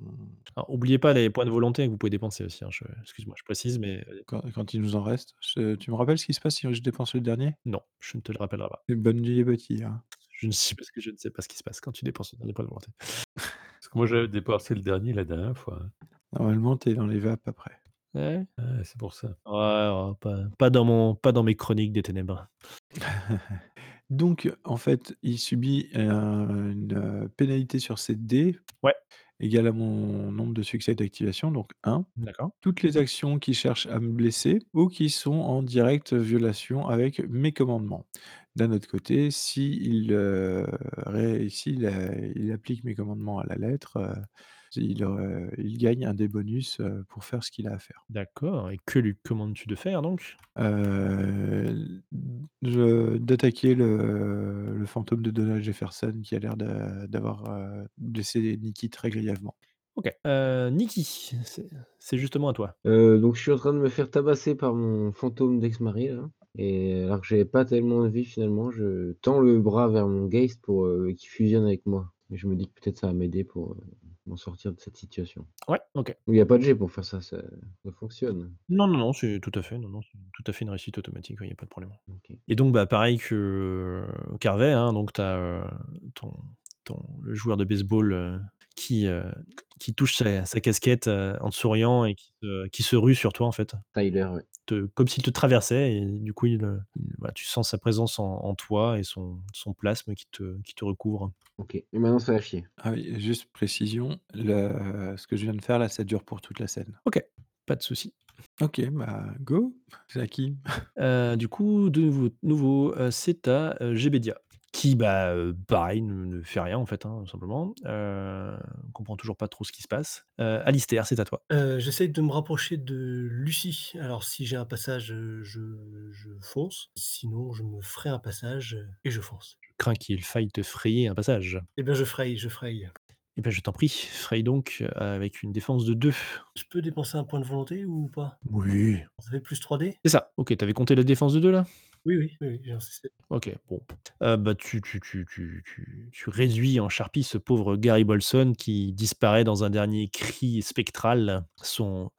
[SPEAKER 5] Alors, oubliez pas les points de volonté que vous pouvez dépenser aussi. hein, je- Excuse-moi, je précise, mais euh,
[SPEAKER 9] quand, quand il nous en reste. Je- tu me rappelles ce qui se passe si je dépense le dernier
[SPEAKER 5] non, je ne te le rappellerai pas.
[SPEAKER 9] C'est bonne vieille bâtie. hein.
[SPEAKER 5] Je ne sais parce que je ne sais pas ce qui se passe quand tu dépenses le dernier point de volonté.
[SPEAKER 8] Parce que moi, j'avais dépensé le dernier la dernière fois. hein.
[SPEAKER 9] Normalement, t'es dans les vapes après.
[SPEAKER 5] Ouais.
[SPEAKER 8] Ah, c'est pour ça.
[SPEAKER 5] Ouais, ouais, pas, pas dans mon, pas dans mes chroniques des ténèbres.
[SPEAKER 9] Donc, en fait, il subit un- une euh, pénalité sur ses dés
[SPEAKER 5] Ouais.
[SPEAKER 9] égale à mon nombre de succès d'activation, donc 1.
[SPEAKER 5] D'accord.
[SPEAKER 9] Toutes les actions qui cherchent à me blesser ou qui sont en directe violation avec mes commandements. D'un autre côté, s'il euh, ré- s'il, euh, il applique mes commandements à la lettre, euh, il, euh, il gagne un des bonus euh, pour faire ce qu'il a à faire.
[SPEAKER 5] D'accord. Et que lui commandes-tu de faire donc
[SPEAKER 9] Euh, je- d'attaquer le, le fantôme de Donald Jefferson qui a l'air d'a- d'avoir euh, blessé Nikki très grièvement.
[SPEAKER 5] Ok. Euh, Nikki, c'est c'est justement à toi.
[SPEAKER 6] Euh, donc je suis en train de me faire tabasser par mon fantôme d'ex-mari là. Et alors que j'avais pas tellement de vie finalement, je tends le bras vers mon geist pour euh, qu'il fusionne avec moi. Et je me dis que peut-être ça va m'aider pour euh, m'en sortir de cette situation.
[SPEAKER 5] Ouais. Ok.
[SPEAKER 6] Il n'y a pas de jet pour faire ça, ça, ça fonctionne.
[SPEAKER 5] Non, non, non, c'est tout à fait, non, non, c'est tout à fait une réussite automatique. Il n'y a pas de problème.
[SPEAKER 6] Ok.
[SPEAKER 5] Et donc, bah, pareil que euh, Carvey, hein, donc t'as euh, ton, ton le joueur de baseball euh, qui euh, qui touche sa, sa casquette euh, en te souriant et qui, se- qui se rue sur toi en fait.
[SPEAKER 6] Tyler, ouais.
[SPEAKER 5] te- comme s'il te traversait et du coup il, euh, il- voilà, tu sens sa présence en, en toi et son, son plasme qui te, qui te recouvre.
[SPEAKER 6] Ok. Et maintenant ça va chier.
[SPEAKER 9] Ah oui, juste précision, le- ce que je viens de faire là, ça dure pour toute la scène.
[SPEAKER 5] Pas de souci.
[SPEAKER 9] Ok, bah go, c'est à qui
[SPEAKER 5] Euh, du coup, de nouveau, nouveau, euh, c'est à euh, Gbédia, qui, bah, euh, pareil, ne, ne fait rien en fait, hein, tout simplement. Euh, on comprend toujours pas trop ce qui se passe. Euh, Alistair, c'est à toi.
[SPEAKER 7] Euh, J'essaye de me rapprocher de Lucie. Alors, si j'ai un passage, euh, je, je fonce. Sinon, je me ferai un passage euh, et je fonce.
[SPEAKER 5] Je crains qu'il faille te frayer un passage.
[SPEAKER 7] Eh bien, je fraye, je fraye.
[SPEAKER 5] Eh bien, je t'en prie, fraye donc euh, avec une défense de 2.
[SPEAKER 7] Je peux dépenser un point de volonté ou pas
[SPEAKER 5] Oui.
[SPEAKER 7] Ça fait plus 3D
[SPEAKER 5] C'est ça. Ok, t'avais compté la défense de 2 là
[SPEAKER 7] Oui, oui, oui, oui, j'ai un CC.
[SPEAKER 5] Ok, bon. Euh, bah, tu, tu, tu, tu, tu, tu réduis en charpie ce pauvre Gary Bolson qui disparaît dans un dernier cri spectral. Son,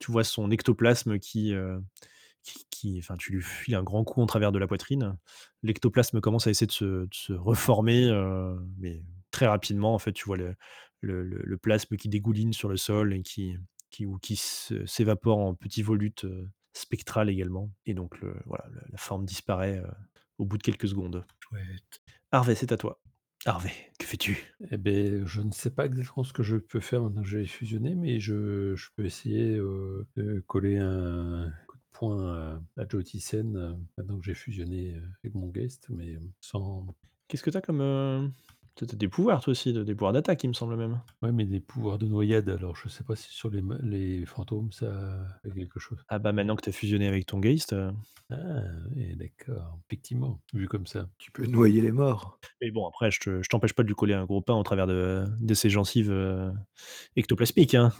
[SPEAKER 5] tu vois son ectoplasme qui. euh, qui, qui- enfin, tu lui files un grand coup en travers de la poitrine. L'ectoplasme commence à essayer de se, de se reformer, euh, mais très rapidement, en fait, tu vois le, le, le- le plasme qui dégouline sur le sol et qui, qui, ou qui se- s'évapore en petits volutes euh, spectrales également. Et donc, le, voilà, le- la forme disparaît euh, au bout de quelques secondes.
[SPEAKER 7] Chouette.
[SPEAKER 5] Harvey, c'est à toi. Harvey, que fais-tu
[SPEAKER 8] Eh ben, je ne sais pas exactement ce que je peux faire maintenant que j'ai fusionné, mais je, je peux essayer euh, de coller un coup de poing à, à Joe Thyssen euh, maintenant que j'ai fusionné euh, avec mon guest, mais sans.
[SPEAKER 5] Qu'est-ce que t'as comme... euh, T'as t'as des pouvoirs, toi aussi, des pouvoirs d'attaque, il me semble même.
[SPEAKER 8] Ouais, mais des pouvoirs de noyade, alors je sais pas si sur les, ma- les fantômes ça fait quelque chose.
[SPEAKER 5] Ah bah maintenant que t'as fusionné avec ton geist... euh,
[SPEAKER 8] Ah, ouais, d'accord, effectivement, vu comme ça.
[SPEAKER 9] Tu peux noyer les morts.
[SPEAKER 5] Mais bon, après, je, te- je t'empêche pas de lui coller un gros pain au travers de, de ses gencives euh, ectoplasmiques. Hein.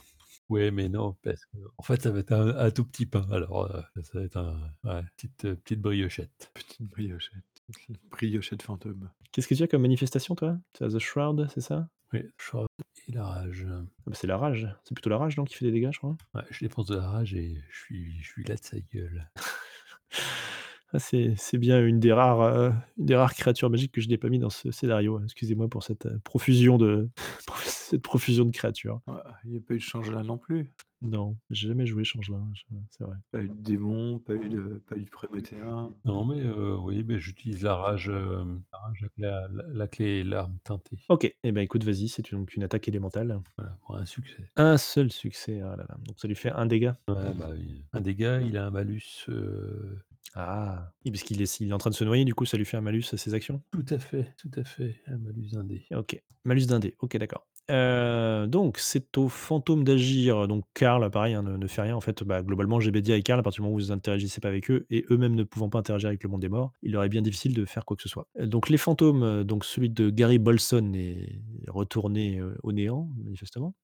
[SPEAKER 8] Ouais, mais non, parce que en fait, ça va être un, un tout petit pain, alors euh, ça va être un, ouais, petite, euh, petite briochette.
[SPEAKER 9] Petite briochette. Petite briochette fantôme.
[SPEAKER 5] Qu'est-ce que tu as comme manifestation, toi Tu as The Shroud, c'est ça
[SPEAKER 8] Oui, Shroud et la rage.
[SPEAKER 5] Ah bah, C'est la rage. C'est plutôt la rage, donc, qui fait des dégâts, je crois. hein.
[SPEAKER 8] Ouais, je dépense de la rage et je suis, je suis là de sa gueule.
[SPEAKER 5] Ah, c'est, c'est bien une des, rares, euh, une des rares créatures magiques que je n'ai pas mis dans ce scénario. Excusez-moi pour cette euh, profusion de pour cette profusion de créatures.
[SPEAKER 9] Ouais, Il n'y a pas eu de change là non plus.
[SPEAKER 5] Non, j'ai jamais joué Changelin, hein, je- c'est vrai.
[SPEAKER 9] Pas eu de démon, pas eu de, pas eu de prémotéen.
[SPEAKER 8] Non, mais euh, oui, mais j'utilise la rage, euh, la, rage avec la, la- la clé et l'arme teintée.
[SPEAKER 5] Ok, et eh ben écoute, vas-y, c'est donc une attaque élémentale.
[SPEAKER 8] Voilà, pour un succès.
[SPEAKER 5] Un seul succès, ah là là. donc ça lui fait un dégât.
[SPEAKER 8] Ouais, bah oui. Un dégât, il a un malus euh,
[SPEAKER 5] Ah. Oui, parce qu'il est, il est en train de se noyer, du coup, ça lui fait un malus à ses actions.
[SPEAKER 8] tout à fait, tout à fait, un malus d'un dé.
[SPEAKER 5] Ok. Malus d'un dé. Ok, d'accord. Euh, donc, c'est au fantôme d'agir. Donc, Karl, pareil, hein, ne, ne fait rien. En fait, bah, globalement, GBD et Karl, à partir du moment où vous interagissez pas avec eux, et eux-mêmes ne pouvant pas interagir avec le monde des morts, il leur est bien difficile de faire quoi que ce soit. Euh, Donc, les fantômes, euh, donc celui de Gary Bolson est retourné euh, au néant, manifestement.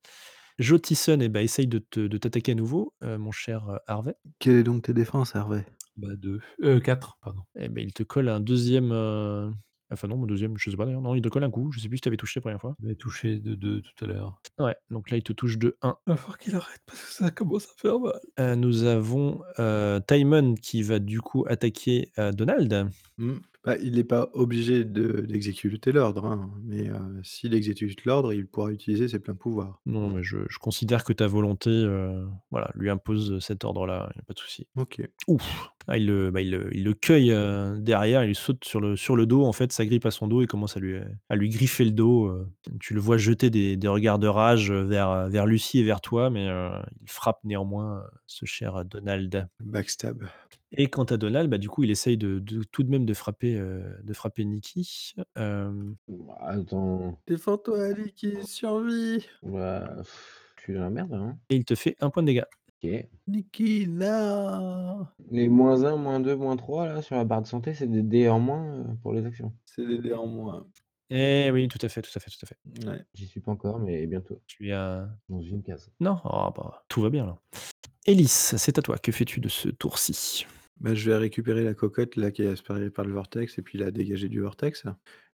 [SPEAKER 5] Joe Tyson eh ben, essaye de te- de t'attaquer à nouveau, euh, mon cher euh, Harvey.
[SPEAKER 9] Quelle est donc tes défenses, Hervé
[SPEAKER 8] Bah deux, euh, quatre, pardon.
[SPEAKER 5] Eh ben, il te colle un deuxième. euh, Enfin, non, mon deuxième, je sais pas d'ailleurs. Non, il te colle un coup. Je sais plus si t'avais touché la première fois.
[SPEAKER 8] Il m'a touché de deux tout à l'heure.
[SPEAKER 5] Ouais, donc là, il te touche de 1.
[SPEAKER 8] Il va falloir qu'il arrête parce que ça commence à faire mal.
[SPEAKER 5] Euh, nous avons euh, Timon qui va du coup attaquer euh, Donald.
[SPEAKER 9] Hmm. Bah, Il n'est pas obligé de- d'exécuter l'ordre, hein, mais euh, s'il exécute l'ordre, il pourra utiliser ses pleins pouvoirs.
[SPEAKER 5] Non,
[SPEAKER 8] Mmh.
[SPEAKER 5] mais je, je considère que ta volonté euh, voilà, lui impose cet ordre-là, y a pas de souci.
[SPEAKER 9] Ok.
[SPEAKER 5] Ouf Ah, il, le, bah, il le- il le cueille euh, derrière, il lui saute sur le, sur le dos, en fait, s'agrippe à son dos et commence à lui, euh, à lui griffer le dos. euh. Tu le vois jeter des, des regards de rage euh, vers, euh, vers Lucie et vers toi, mais euh, il frappe néanmoins euh, ce cher Donald.
[SPEAKER 9] Backstab.
[SPEAKER 5] Et quant à Donald, bah, du coup, il essaye de, de- tout de même de frapper, euh, de frapper Nikki. Euh,
[SPEAKER 6] Ouah, Attends.
[SPEAKER 9] Défends-toi, Ali, qui survit
[SPEAKER 6] Ouah, pff, je suis dans la merde, hein.
[SPEAKER 5] et il te fait un point de dégâts.
[SPEAKER 6] Ok.
[SPEAKER 9] Niki, là
[SPEAKER 6] Les moins 1, moins 2, moins 3, là, sur la barre de santé, c'est des dés en moins euh, pour les actions.
[SPEAKER 9] C'est des dés en moins.
[SPEAKER 5] Eh oui, tout à fait, tout à fait, tout à fait.
[SPEAKER 9] Ouais.
[SPEAKER 6] J'y suis pas encore, mais bientôt.
[SPEAKER 5] Tu es à-
[SPEAKER 6] Dans une case.
[SPEAKER 5] Non Ah, bah, Tout va bien là. Elise, c'est à toi. Que fais-tu de ce tour-ci
[SPEAKER 9] Bah, je vais récupérer la cocotte là qui est aspergée par le vortex et puis la dégager du vortex.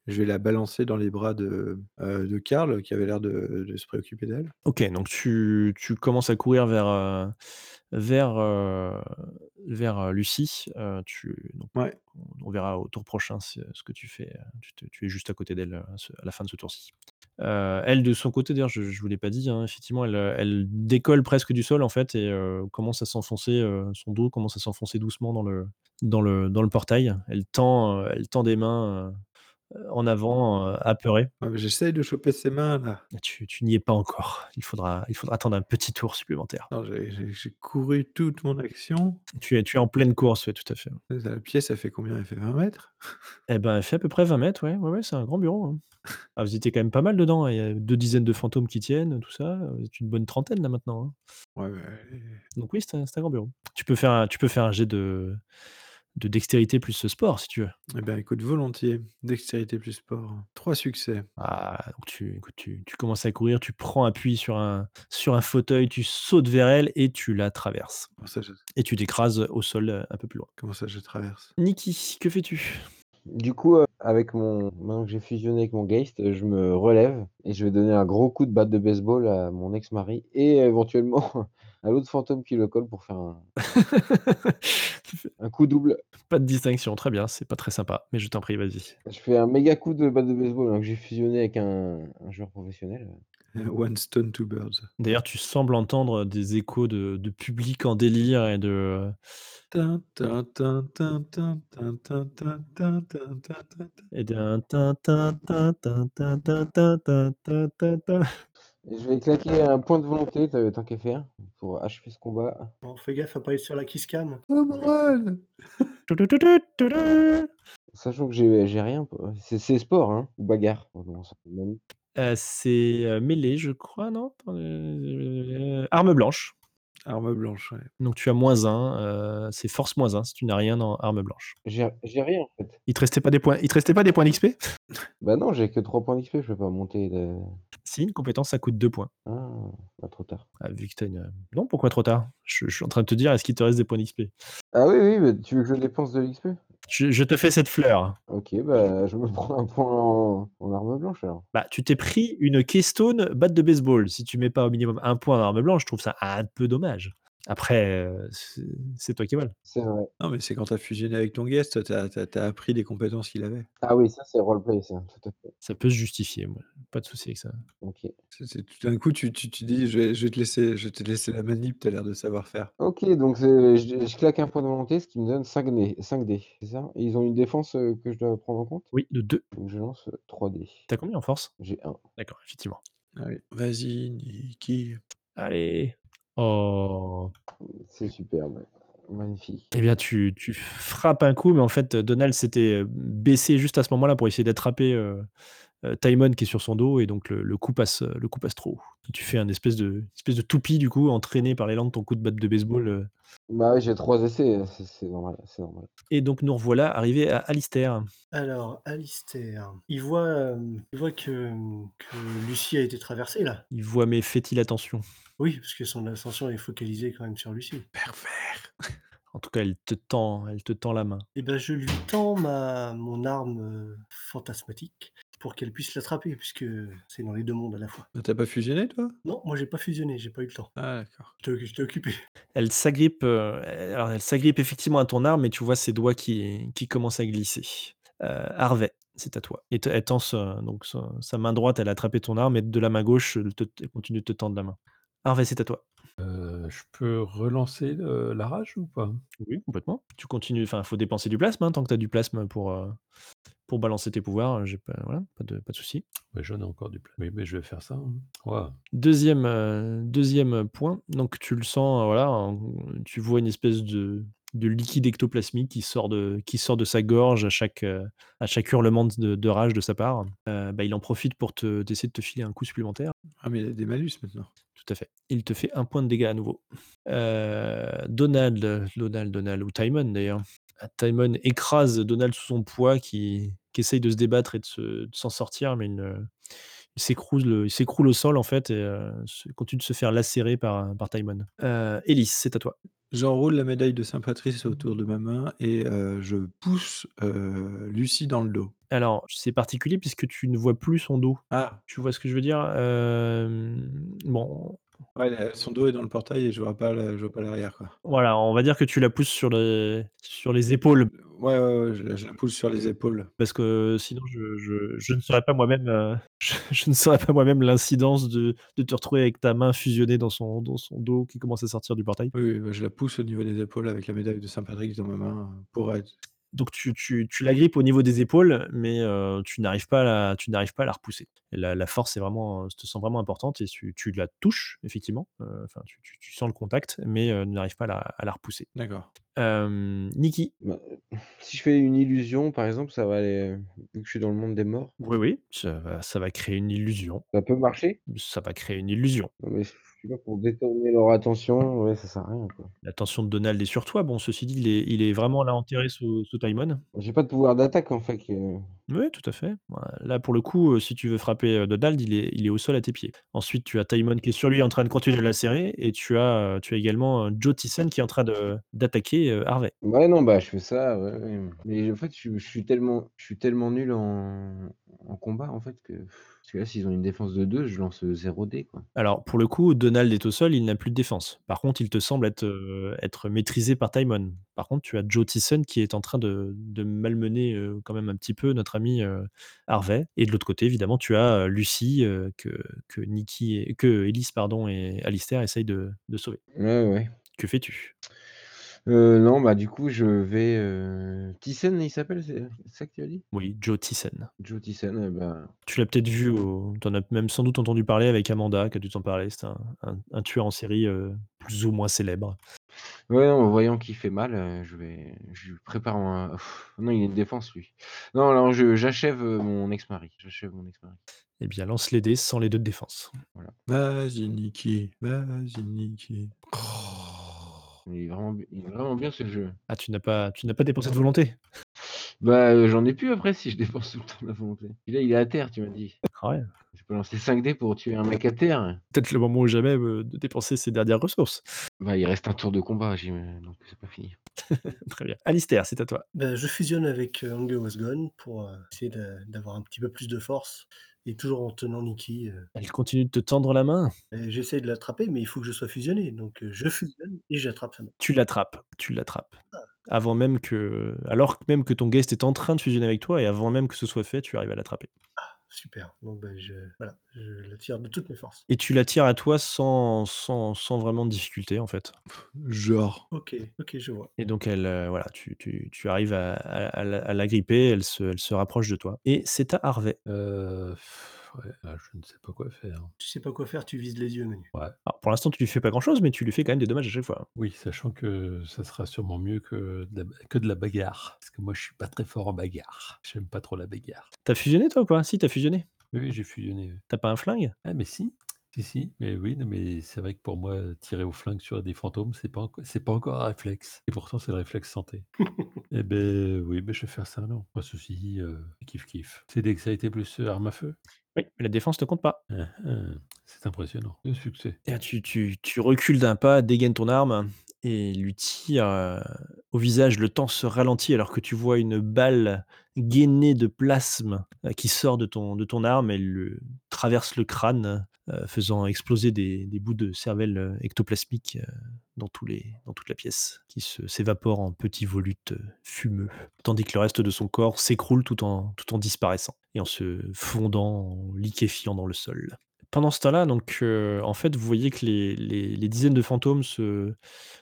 [SPEAKER 9] Je vais la balancer dans les bras de, euh, de Karl qui avait l'air de, de se préoccuper d'elle.
[SPEAKER 5] Ok, donc tu, tu commences à courir vers, euh, vers, euh, vers euh, Lucie. Euh, tu, donc,
[SPEAKER 9] Ouais.
[SPEAKER 5] on- on verra au tour prochain si, euh, ce que tu fais. euh, Tu, te- tu es juste à côté d'elle euh, à ce- à la fin de ce tour-ci. Euh, elle, de son côté, d'ailleurs, je ne vous l'ai pas dit, hein, effectivement, elle, euh, elle décolle presque du sol en fait et euh, commence à s'enfoncer, euh, son dos commence à s'enfoncer doucement dans le, dans le, dans le portail. Elle tend, euh, elle tend des mains euh, en avant, euh, apeurée.
[SPEAKER 9] Ouais, mais J'essaye de choper ses mains là.
[SPEAKER 5] Tu, tu n'y es pas encore. Il faudra, il faudra attendre un petit tour supplémentaire.
[SPEAKER 9] Non, J'ai j'ai- j'ai couru toute mon action.
[SPEAKER 5] Tu es, tu es en pleine course, ouais, tout à fait.
[SPEAKER 9] La pièce, elle fait combien Elle fait 20 mètres
[SPEAKER 5] Eh ben, elle fait à peu près 20 mètres, ouais, ouais, ouais, c'est un grand bureau. hein. Ah, vous étiez quand même pas mal dedans. hein, Il y a deux dizaines de fantômes qui tiennent, tout ça. Vous êtes une bonne trentaine là maintenant. hein.
[SPEAKER 9] Ouais, bah, mais elle est-
[SPEAKER 5] Donc oui, c'est un, c'est un grand bureau. Tu peux faire un, tu peux faire un jet de de dextérité plus ce sport, si tu veux.
[SPEAKER 9] Eh bien, écoute, volontiers. Dextérité plus sport. Trois succès.
[SPEAKER 5] Ah, donc tu, écoute, tu, tu commences à courir, tu prends appui sur un, sur un fauteuil, tu sautes vers elle et tu la traverses.
[SPEAKER 9] Comment ça, je,
[SPEAKER 5] Et tu t'écrases au sol euh, un peu plus loin.
[SPEAKER 9] comment ça, je traverse
[SPEAKER 5] Niki, que fais-tu
[SPEAKER 6] Du coup, euh, avec mon. Maintenant que j'ai fusionné avec mon Geist, euh, je me relève et je vais donner un gros coup de batte de baseball à mon ex-mari et euh, éventuellement à l'autre fantôme qui le colle pour faire un, un coup double.
[SPEAKER 5] Pas de distinction, très bien, c'est pas très sympa, mais je t'en prie, vas-y.
[SPEAKER 6] Je fais un méga coup de batte de baseball alors que j'ai fusionné avec un, un joueur professionnel.
[SPEAKER 9] Euh, One stone, two birds.
[SPEAKER 5] D'ailleurs, tu sembles entendre des échos de, de public en délire et de.
[SPEAKER 9] Tin, tin, tin, tin, tin, tin, tin, tin, tin, tin, tin, tin, tin.
[SPEAKER 5] Et d'un tin, tin, tin, tin, tin, tin, tin, tin, tin, tin, tin.
[SPEAKER 6] Et je vais claquer un point de volonté, t'as- tant qu'à faire, pour achever ce combat.
[SPEAKER 7] Bon, fais gaffe à pas être sur la kiss cam.
[SPEAKER 5] Tou, tou, tou, tou, tou, tou.
[SPEAKER 6] Sachant que j'ai j'ai rien. pour- C'est c'est sport, hein, ou bagarre. on commence à- même.
[SPEAKER 5] Euh, C'est euh, mêlé, je crois, non Euh, Arme blanche.
[SPEAKER 9] Arme blanche, ouais.
[SPEAKER 5] Donc tu as moins 1, c'est force moins 1 si tu n'as rien en arme blanche.
[SPEAKER 6] J'ai j'ai rien en fait.
[SPEAKER 5] Il te restait pas des points, il te restait pas des points d'XP
[SPEAKER 6] Bah non, j'ai que 3 points d'XP, je peux pas monter. De...
[SPEAKER 5] Si, une compétence, ça coûte 2 points.
[SPEAKER 6] Ah, bah, trop tard.
[SPEAKER 5] Ah, vu que t'as une- Non, pourquoi trop tard je, je suis en train de te dire, est-ce qu'il te reste des points d'XP
[SPEAKER 6] Ah oui, oui, mais tu veux que je dépense de l'XP
[SPEAKER 5] je, je te fais cette fleur.
[SPEAKER 6] Ok, bah je me prends un point en, en arme blanche alors.
[SPEAKER 5] Bah, tu t'es pris une keystone batte de baseball. Si tu mets pas au minimum un point en arme blanche, je trouve ça un peu dommage. Après, euh, c'est c'est toi qui vois.
[SPEAKER 6] C'est vrai.
[SPEAKER 9] Non, mais c'est quand t'as fusionné avec ton guest, t'as t'as- t'as appris des compétences qu'il avait.
[SPEAKER 6] Ah oui, ça c'est roleplay, ça, tout à fait.
[SPEAKER 5] Ça peut se justifier, moi. Pas de souci avec ça.
[SPEAKER 6] Ok.
[SPEAKER 9] C'est- c'est- tout d'un coup, tu, tu, tu dis, je vais, je vais te laisser, je vais te laisser la manip, t'as l'air de savoir faire.
[SPEAKER 6] Ok, donc c'est- je, je claque un point de volonté, ce qui me donne 5 dés. 5 dés, c'est ça Et ils ont une défense euh, que je dois prendre en compte
[SPEAKER 5] Oui, de 2.
[SPEAKER 6] Donc je lance 3 dés.
[SPEAKER 5] T'as combien en force
[SPEAKER 6] J'ai 1.
[SPEAKER 5] D'accord, effectivement.
[SPEAKER 9] Allez, Ah Vas-y, Niki.
[SPEAKER 5] Allez. Oh.
[SPEAKER 6] C'est superbe. Magnifique.
[SPEAKER 5] Eh bien, tu, tu frappes un coup, mais en fait, Donald s'était euh, baissé juste à ce moment-là pour essayer d'attraper euh, euh, Timon qui est sur son dos, et donc le, le coup, passe, euh, le coup passe trop. haut. Tu fais un espèce de, espèce de toupie, du coup, entraîné par l'élan de ton coup de batte de baseball. euh.
[SPEAKER 6] Bah oui, j'ai 3 essais, c'est c'est normal, c'est normal.
[SPEAKER 5] Et donc, nous revoilà arrivés à Alistair.
[SPEAKER 7] Alors, Alistair, il voit, euh, il voit que, que Lucie a été traversée là.
[SPEAKER 5] Il voit, mais fait-il attention
[SPEAKER 7] Oui, parce que son ascension est focalisée quand même sur Lucie.
[SPEAKER 5] En tout cas, elle te tend, elle te tend la main.
[SPEAKER 7] Eh ben, je lui tends ma, mon arme euh, fantasmatique pour qu'elle puisse l'attraper, puisque c'est dans les deux mondes à la fois.
[SPEAKER 9] Bah, T'as pas fusionné, toi
[SPEAKER 7] Non, moi j'ai pas fusionné, j'ai pas eu le temps.
[SPEAKER 9] Ah, d'accord.
[SPEAKER 7] Je t'ai- je t'ai occupé.
[SPEAKER 5] Elle s'agrippe, euh, elle- alors elle s'agrippe effectivement à ton arme, mais tu vois ses doigts qui, qui commencent à glisser. Euh, Harvey, c'est à toi. Et te- elle tend ce- donc sa- sa main droite, elle a attrapé ton arme, et de la main gauche, elle, te- elle continue de te tendre la main. Harvey, c'est à toi.
[SPEAKER 8] Euh, je peux relancer euh, la rage ou pas
[SPEAKER 5] Oui, complètement. Tu continues, enfin, faut dépenser du plasma, hein, tant que tu as du plasma pour, euh, pour balancer tes pouvoirs. euh, J'ai pas, voilà, pas de, pas de souci.
[SPEAKER 8] Ouais, J'en ai encore du plat. Mais, mais je vais faire ça. hein. Ouais.
[SPEAKER 5] Deuxième, euh, deuxième point, donc tu le sens, euh, voilà, en- tu vois une espèce de, de liquide ectoplasmique qui sort de, qui sort de sa gorge à chaque, euh, à chaque hurlement de, de rage de sa part. Euh, bah, il en profite pour te, essayer de te filer un coup supplémentaire.
[SPEAKER 9] Ah, mais il a des malus maintenant.
[SPEAKER 5] Tout à fait. Il te fait un point de dégâts à nouveau. Euh, Donald, euh, Donald, Donald, ou Timon d'ailleurs. Ah, Timon écrase Donald sous son poids qui, qui essaye de se débattre et de se- de s'en sortir, mais il, ne- il s'écroule il s'écroule au sol en fait et euh, se- continue de se faire lacérer par, par Timon. Euh, Elise, c'est à toi.
[SPEAKER 9] J'enroule la médaille de Saint-Patrice autour de ma main et euh, je pousse euh, Lucie dans le dos.
[SPEAKER 5] Alors, c'est particulier puisque tu ne vois plus son dos.
[SPEAKER 9] Ah,
[SPEAKER 5] Tu vois ce que je veux dire Euh, Bon,
[SPEAKER 9] ouais, la- son dos est dans le portail et je vois pas, la- je vois pas l'arrière, quoi.
[SPEAKER 5] voilà, on va dire que tu la pousses sur les, sur les épaules
[SPEAKER 9] Ouais, ouais, ouais, je, la- je la pousse sur les épaules.
[SPEAKER 5] parce que sinon je, je- je ne saurais pas moi-même euh, je, je ne saurais pas moi-même l'incidence de, de te retrouver avec ta main fusionnée dans son, dans son dos qui commence à sortir du portail.
[SPEAKER 9] Oui, oui, bah, je la pousse au niveau des épaules avec la médaille de Saint-Patrick dans ma main euh, pour être.
[SPEAKER 5] Donc tu, tu, tu la grippes au niveau des épaules, mais euh, tu n'arrives pas, à la- tu n'arrives pas à la repousser. La, la force est vraiment, euh, te semble vraiment importante et tu, tu la touches effectivement. euh, Enfin, tu, tu- tu sens le contact, mais euh, n'arrives pas à la, à la repousser.
[SPEAKER 9] D'accord.
[SPEAKER 5] Euh, Nikki.
[SPEAKER 6] Bah, si je fais une illusion, par exemple, ça va aller. euh, Vu que je suis dans le monde des morts,
[SPEAKER 5] Oui, oui. Ça va, ça va créer une illusion.
[SPEAKER 6] ça peut marcher
[SPEAKER 5] Ça va créer une illusion.
[SPEAKER 6] Non, mais je- tu vois, pour détourner leur attention, ouais, ça sert à rien. Quoi.
[SPEAKER 5] L'attention de Donald est sur toi. Bon, ceci dit, il est, il est vraiment là enterré sous, sous Timon.
[SPEAKER 6] J'ai pas de pouvoir d'attaque en fait. euh, que-
[SPEAKER 5] Oui, tout à fait. Voilà. Là, pour le coup, euh, si tu veux frapper euh, Donald, il est, il est au sol à tes pieds. Ensuite, tu as Timon qui est sur lui en train de continuer de la serrer. Et tu as, euh, tu as également euh, Joe Tyson qui est en train de- d'attaquer euh, Harvey.
[SPEAKER 6] Ouais, non, bah je fais ça. ouais, ouais. Mais en fait, je, je suis tellement, je suis tellement nul en, en combat en fait que. pff, Parce que là, s'ils ont une défense de 2, je lance 0D. Quoi.
[SPEAKER 5] Alors, pour le coup, Donald est au sol, il n'a plus de défense. Par contre, il te semble être, euh, être maîtrisé par Timon. Par contre, tu as Joe Tyson qui est en train de, de malmener euh, quand même un petit peu notre ami euh, Harvey. Et de l'autre côté, évidemment, tu as euh, Lucy euh, que, que, Nikki et, que Elise pardon, et Alistair essayent de, de sauver.
[SPEAKER 6] Ouais, ouais.
[SPEAKER 5] Que fais-tu
[SPEAKER 6] Euh, non, bah du coup, je vais. euh, Tyson, il s'appelle, c'est c'est ça que tu as dit
[SPEAKER 5] Oui, Joe Tyson.
[SPEAKER 6] Joe Tyson, eh ben,
[SPEAKER 5] Tu l'as peut-être vu, au... tu en as même sans doute entendu parler avec Amanda, qui a dû t'en parler. C'est un, un- un tueur en série euh, plus ou moins célèbre.
[SPEAKER 6] Ouais, non, en voyant qu'il fait mal, euh, je vais. Je lui prépare un. Pff, non, il a une défense, lui. Non, alors je- j'achève euh, mon ex-mari. J'achève mon ex-mari.
[SPEAKER 5] Eh bien, lance les dés sans les deux de défense.
[SPEAKER 9] Vas-y, Niki. Vas-y, Niki.
[SPEAKER 6] Il, est vraiment... bi- il est vraiment bien ce jeu.
[SPEAKER 5] Ah, tu n'as pas, tu n'as pas dépensé de volonté.
[SPEAKER 6] Bah, euh, j'en ai plus après si je dépense tout le temps de la volonté. Puis là, il est à terre, tu m'as dit.
[SPEAKER 5] Ah ouais.
[SPEAKER 6] Je peux lancer 5D pour tuer un mec à terre.
[SPEAKER 5] Peut-être le moment ou jamais euh, de dépenser ses dernières ressources.
[SPEAKER 6] Bah, il reste un tour de combat, j'imagine. Donc, c'est pas fini.
[SPEAKER 5] Très bien. Alistair, c'est à toi.
[SPEAKER 7] Ben, je fusionne avec euh, Hunger Was Gone pour euh, essayer d'a- d'avoir un petit peu plus de force et toujours en tenant Nikki. euh.
[SPEAKER 5] Elle continue de te tendre la main.
[SPEAKER 7] Et J'essaie de l'attraper, mais il faut que je sois fusionné. Donc euh, je fusionne et j'attrape sa main.
[SPEAKER 5] Tu l'attrapes. Tu l'attrapes. Avant même que. Alors que- même que ton guest est en train de fusionner avec toi et avant même que ce soit fait, tu arrives à l'attraper.
[SPEAKER 7] Super. Donc ben, je, voilà, je la tire de toutes mes forces.
[SPEAKER 5] Et tu l'attires à toi sans, sans, sans vraiment de difficulté, en fait.
[SPEAKER 9] Genre.
[SPEAKER 7] Ok, ok, je vois.
[SPEAKER 5] Et donc, elle, euh, voilà, tu, tu, tu arrives à, à- à la- à la gripper, elle se, elle se rapproche de toi. Et c'est à Harvey.
[SPEAKER 8] Euh, pff, ouais, là, je ne sais pas quoi faire.
[SPEAKER 7] Tu sais pas quoi faire, tu vises les yeux, Manu.
[SPEAKER 5] Alors, pour l'instant, tu lui fais pas grand-chose, mais tu lui fais quand même des dommages à chaque fois.
[SPEAKER 8] Oui, sachant que ça sera sûrement mieux que de la, que de la bagarre. Parce que moi, je suis pas très fort en bagarre. J'aime pas trop la bagarre.
[SPEAKER 5] T'as fusionné, toi, ou quoi Si, t'as fusionné.
[SPEAKER 8] Oui, oui, j'ai fusionné. oui.
[SPEAKER 5] T'as pas un flingue
[SPEAKER 8] Ah, mais si. Si, si. Mais oui, non, mais c'est vrai que pour moi, tirer au flingue sur des fantômes, c'est pas, enco- c'est pas encore un réflexe. Et pourtant, c'est le réflexe santé. eh ben, oui, ben, je vais faire ça, non. Moi, ceci dit, euh, kiff, kiff. C'est dès que ça a été plus euh, arme à feu.
[SPEAKER 5] Oui, mais la défense ne compte pas.
[SPEAKER 8] Hein, hein. C'est impressionnant. Le succès.
[SPEAKER 5] Et tu, tu- tu recules d'un pas, dégaines ton arme et lui tire euh, au visage. Le temps se ralentit alors que tu vois une balle gainée de plasme euh, qui sort de ton, de ton arme. Elle le- traverse le crâne, euh, faisant exploser des, des bouts de cervelle euh, ectoplasmique euh, dans, tous les, dans toute la pièce, qui se- s'évapore en petits volutes euh, fumeux, tandis que le reste de son corps s'écroule tout en, tout en disparaissant et en se fondant, en liquéfiant dans le sol pendant ce temps-là, donc, euh, en fait, vous voyez que les, les- les dizaines de fantômes se,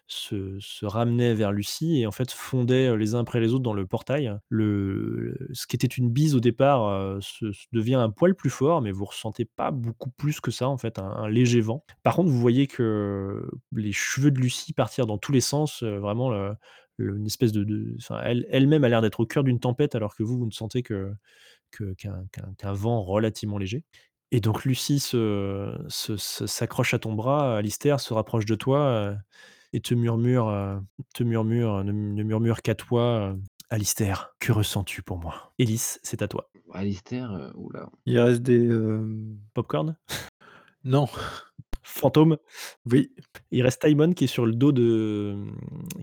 [SPEAKER 5] se, se ramenaient vers Lucie et en fait fondaient euh, les uns après les autres dans le portail. Le, ce qui était une bise au départ euh, se, se devient un poil plus fort, mais vous ressentez pas beaucoup plus que ça, en fait, un, un léger vent. Par contre, vous voyez que les cheveux de Lucie partirent dans tous les sens, euh, vraiment le- le- une espèce de. de- enfin, elle- elle-même a l'air d'être au cœur d'une tempête, alors que vous, vous ne sentez que, que- qu'un, qu'un- qu'un vent relativement léger. Et donc Lucie se- se- se- s'accroche à ton bras, Alistair se rapproche de toi euh, et te murmure, euh, te murmure, ne, ne murmure qu'à toi, euh, Alistair, que ressens-tu pour moi Élise, c'est à toi.
[SPEAKER 6] Alistair, euh, oula.
[SPEAKER 9] Il reste des. euh,
[SPEAKER 5] Popcorn
[SPEAKER 9] Non.
[SPEAKER 5] Fantôme
[SPEAKER 9] Oui.
[SPEAKER 5] Il reste Timon qui est sur le dos de,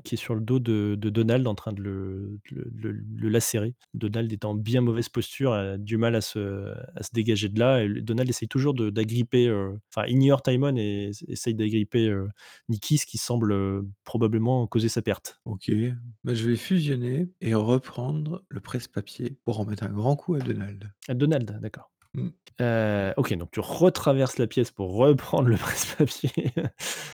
[SPEAKER 5] qui est sur le dos de, de Donald en train de le, de le- de le- le lacérer. Donald est en bien mauvaise posture, a du mal à se, à se dégager de là. Et le- Donald essaye toujours de- d'agripper, euh, enfin ignore Timon et essaye d'agripper euh, Nikki, ce qui semble euh, probablement causer sa perte.
[SPEAKER 9] Ok. Bah, je vais fusionner et reprendre le presse-papier pour en mettre un grand coup à Donald.
[SPEAKER 5] Ah, Donald, d'accord.
[SPEAKER 9] Mm.
[SPEAKER 5] Euh, ok, donc tu retraverses la pièce pour reprendre le presse-papier.